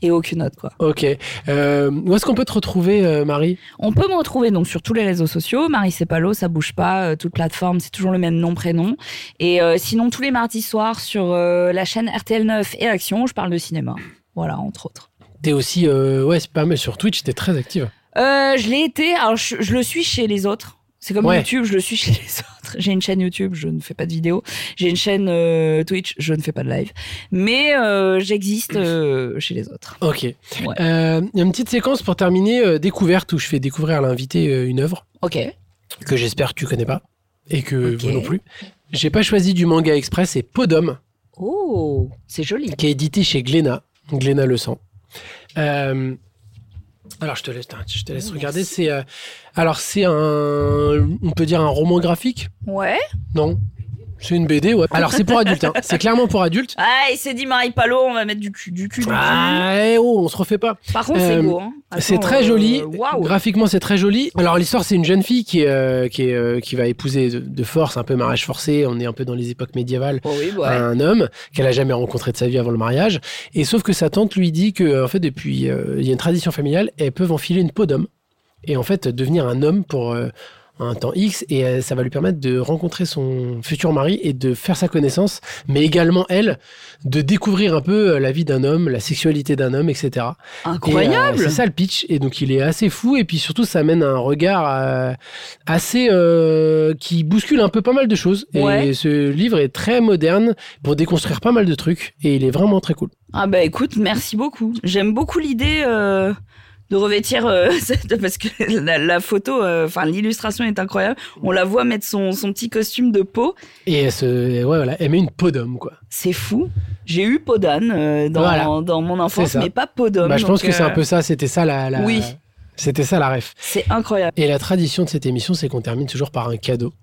B: et aucune autre, quoi.
A: Ok. Euh, où est-ce qu'on peut te retrouver, euh, Marie
B: On peut me retrouver donc sur tous les réseaux sociaux, Marie Cepalo, ça bouge pas, euh, toute plateforme, c'est toujours le même nom, prénom. Et euh, sinon, tous les mardis soirs sur euh, la chaîne RTL9 et Action, je parle de cinéma. Voilà, entre autres.
A: T'es aussi, euh, ouais, c'est pas mal. Sur Twitch, t'es très active.
B: Euh, je l'ai été. Alors, je, je le suis chez les autres. C'est comme
A: Ouais.
B: YouTube, je le suis <laughs> chez les autres. J'ai une chaîne YouTube, je ne fais pas de vidéos. J'ai une chaîne euh, Twitch, je ne fais pas de live. Mais euh, j'existe euh, chez les autres.
A: Ok. Euh, il y a une petite séquence pour terminer euh, découverte où je fais découvrir à l'invité euh, une œuvre
B: Ok.
A: que j'espère que tu connais pas et que
B: Ok.
A: vous non plus. J'ai pas choisi du manga express, c'est Podom
B: Oh, c'est joli.
A: qui est édité chez Glénat, Glénat le sang. Euh, alors je te laisse, je te laisse
B: Oui,
A: regarder.
B: merci.
A: C'est euh, alors c'est un, on peut dire un roman graphique,
B: Ouais.
A: non C'est une BD, ouais. Alors c'est pour adultes, hein. c'est clairement pour adultes.
B: Ah, il s'est dit Marie Palo, on va mettre du cul, du cul, du cul.
A: Ah, eh oh, on se refait pas.
B: Par contre, c'est
A: euh,
B: beau. hein. Attends,
A: C'est très
B: euh,
A: joli.
B: Waouh.
A: Graphiquement, c'est très joli. Alors, l'histoire, c'est une jeune fille qui, est, euh, qui, est, euh, qui va épouser de, de force, un peu mariage forcé. On est un peu dans les époques médiévales.
B: Oh oui, ouais.
A: Un homme qu'elle a jamais rencontré de sa vie avant le mariage. Et sauf que sa tante lui dit que, en fait, depuis, euh, il y a une tradition familiale, elles peuvent enfiler une peau d'homme. Et en fait, devenir un homme pour. euh, un temps X et euh, ça va lui permettre de rencontrer son futur mari et de faire sa connaissance, mais également elle, de découvrir un peu euh, la vie d'un homme, la sexualité d'un homme, etc. Et,
B: Incroyable.
A: euh, c'est ça le pitch. Et donc il est assez fou. Et puis surtout, ça amène un regard euh, assez. euh, qui bouscule un peu pas mal de choses.
B: Ouais.
A: Et ce livre est très moderne pour déconstruire pas mal de trucs. Et il est vraiment très cool.
B: Ah bah écoute, merci beaucoup. J'aime beaucoup l'idée euh, de revêtir euh, <laughs> cette- parce que la, la photo, euh, enfin l'illustration est incroyable. On la voit mettre son, son petit costume de peau.
A: Et elle, se, ouais, voilà, elle met une peau d'homme, quoi.
B: C'est fou. J'ai eu peau d'âne euh, dans,
A: Voilà.
B: dans mon enfance,
A: C'est ça.
B: mais pas peau d'homme.
A: Bah, je pense
B: donc,
A: que c'est
B: euh,
A: un peu ça, c'était ça la, la-
B: Oui.
A: c'était ça la ref.
B: C'est incroyable.
A: Et la tradition de cette émission, c'est qu'on termine toujours par un cadeau.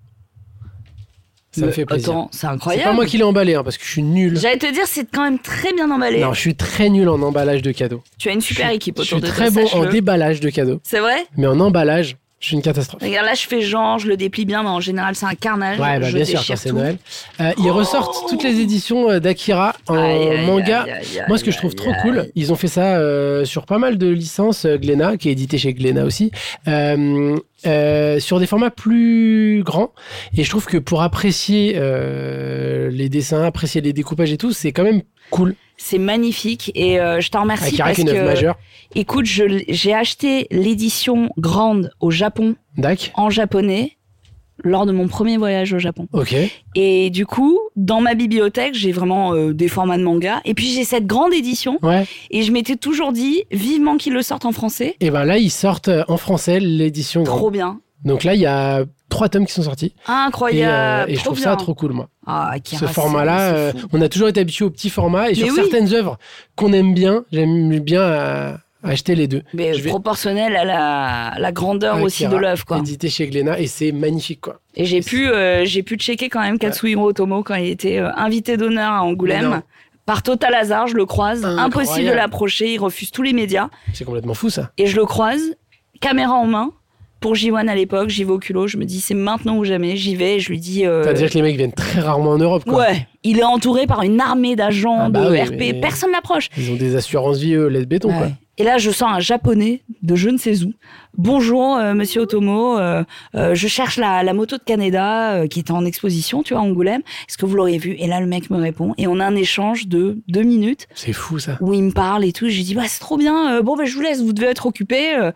A: Ça me
B: Mais
A: fait plaisir.
B: Attends, c'est
A: c'est
B: incroyable.
A: pas moi qui l'ai emballé, hein, parce que je suis nul.
B: J'allais te dire, c'est quand même très bien emballé.
A: Non, je suis très nul en emballage de cadeaux.
B: tu as une super
A: je suis-
B: équipe
A: Je
B: autour
A: suis
B: de
A: très
B: toi.
A: bon en
B: sache-le.
A: déballage de cadeaux,
B: C'est vrai
A: mais en emballage, je suis une catastrophe.
B: Regarde, là, je fais genre, je le déplie bien, mais en général, c'est un carnage.
A: Ouais, bah,
B: je
A: bien sûr,
B: déchire
A: quand c'est
B: tout.
A: Noël. Euh, ils
B: Oh
A: ressortent toutes les éditions euh, d'Akira en
B: Aïe, aïe,
A: manga.
B: aïe, aïe,
A: Moi, ce que
B: aïe,
A: je trouve
B: aïe,
A: trop
B: aïe.
A: cool, ils ont fait ça euh, sur pas mal de licences euh, Glénat, qui est édité chez Glénat aussi, euh, euh, sur des formats plus grands. Et je trouve que pour apprécier euh, les dessins, apprécier les découpages et tout, c'est quand même cool.
B: C'est magnifique et euh, je t'en remercie
A: Akira,
B: parce
A: qui est une œuvre
B: que,
A: majeure.
B: écoute, je l- j'ai acheté l'édition grande au Japon
A: Dak.
B: en japonais lors de mon premier voyage au Japon.
A: Ok.
B: Et du coup, dans ma bibliothèque, j'ai vraiment euh, des formats de manga. Et puis j'ai cette grande édition
A: Ouais.
B: et je m'étais toujours dit vivement qu'ils le sortent en français.
A: Et ben là, ils sortent euh, en français l'édition grande.
B: Trop bien,
A: Donc là, il y a trois tomes qui sont sortis.
B: Oh,
A: Et, euh,
B: incroyable.
A: et je trouve ça
B: bien.
A: trop cool, moi.
B: Ah, Akira,
A: ce
B: c'est-
A: format-là.
B: c'est
A: euh,
B: fou.
A: on a toujours été habitué aux petits formats et sur
B: Mais oui.
A: certaines œuvres qu'on aime bien, j'aime bien euh, acheter les deux.
B: Mais
A: je vais-
B: proportionnel à la, la grandeur
A: Akira,
B: aussi de l'œuvre, quoi.
A: Édité chez Glénat et c'est magnifique quoi.
B: Et j'ai pu, euh, j'ai pu checker quand même Katsuhiro Otomo quand il était euh, invité d'honneur à
A: Mais
B: Angoulême.
A: non.
B: Par total hasard, je le croise.
A: Incroyable.
B: Impossible de l'approcher, il refuse tous les médias.
A: C'est complètement fou ça.
B: Et je le croise, caméra en main. Pour J1 à l'époque, j'y vais au culot. Je me dis, c'est maintenant ou jamais. J'y vais et je lui dis. euh,
A: T'as dire que les mecs viennent très rarement en Europe quoi.
B: ouais, il est entouré par une armée d'agents
A: Ah bah
B: de
A: oui,
B: RP.
A: mais-
B: Personne l'approche.
A: Ils ont des assurances vie eux, laisse béton quoi.
B: Ouais. Et là, je sens un japonais de je ne sais où. Bonjour, euh, monsieur Otomo. euh, euh, je cherche la, la moto de Canada euh, qui était en exposition, tu vois, à Angoulême. Est-ce que vous l'auriez vue Et là, le mec me répond. Et on a un échange de deux minutes
A: C'est fou ça.
B: où il me parle et tout. Je lui dis, bah, c'est trop bien. euh, bon, bah, je vous laisse, vous devez être occupé. euh.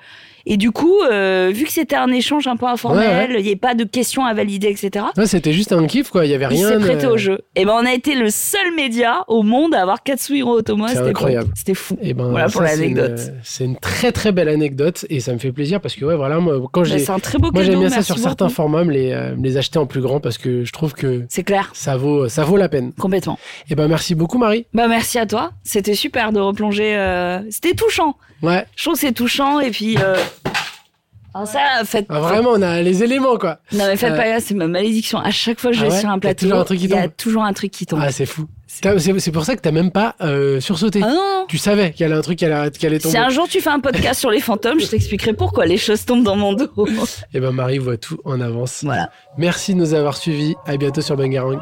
B: Et du coup, euh, vu que c'était un échange un peu informel, il n'y a pas de questions à valider, etc.
A: Ouais, c'était juste un kiff quoi, il y avait
B: Il
A: rien. euh,
B: s'est
A: de-
B: prêté au jeu. Et ben, on a été le seul média au monde à avoir Katsuhiro Otomo. à
A: C'est
B: cette époque.
A: incroyable.
B: C'était fou.
A: Et ben,
B: Voilà pour
A: ça, c'est une- euh,
B: l'anecdote.
A: C'est une, très très belle anecdote et ça me fait plaisir parce que ouais voilà moi quand
B: Bah,
A: j'ai
B: C'est un très beau
A: moi
B: cadeau.
A: j'aime bien ça
B: merci
A: sur certains
B: beaucoup.
A: formats me les, euh, me les acheter en plus grand parce que je trouve que
B: C'est clair.
A: ça vaut ça vaut la peine.
B: Complètement.
A: Et ben merci beaucoup Marie.
B: Bah merci à toi. C'était super de replonger. euh, C'était touchant.
A: Ouais.
B: Je trouve que c'est touchant et puis. euh, alors ça, faites.
A: Ah, vraiment, on a les éléments, quoi.
B: Non mais faites
A: Euh,
B: pas gaffe, c'est ma malédiction. À chaque fois que je
A: Ah
B: vais
A: ouais
B: sur
A: Y
B: un
A: a
B: plateau,
A: toujours un truc qui
B: il y a
A: tombe.
B: toujours un truc qui tombe.
A: Ah, c'est fou. T'as- C'est c'est pour ça que t'as même pas euh, sursauté.
B: Ah non, non.
A: Tu savais qu'il y allait un truc qui allait, qui allait tomber.
B: Si un jour tu fais un podcast sur les fantômes, je t'expliquerai pourquoi les choses tombent dans mon dos.
A: Et ben Marie voit tout en avance.
B: voilà.
A: Merci de nous avoir suivis. À bientôt sur Bangarang.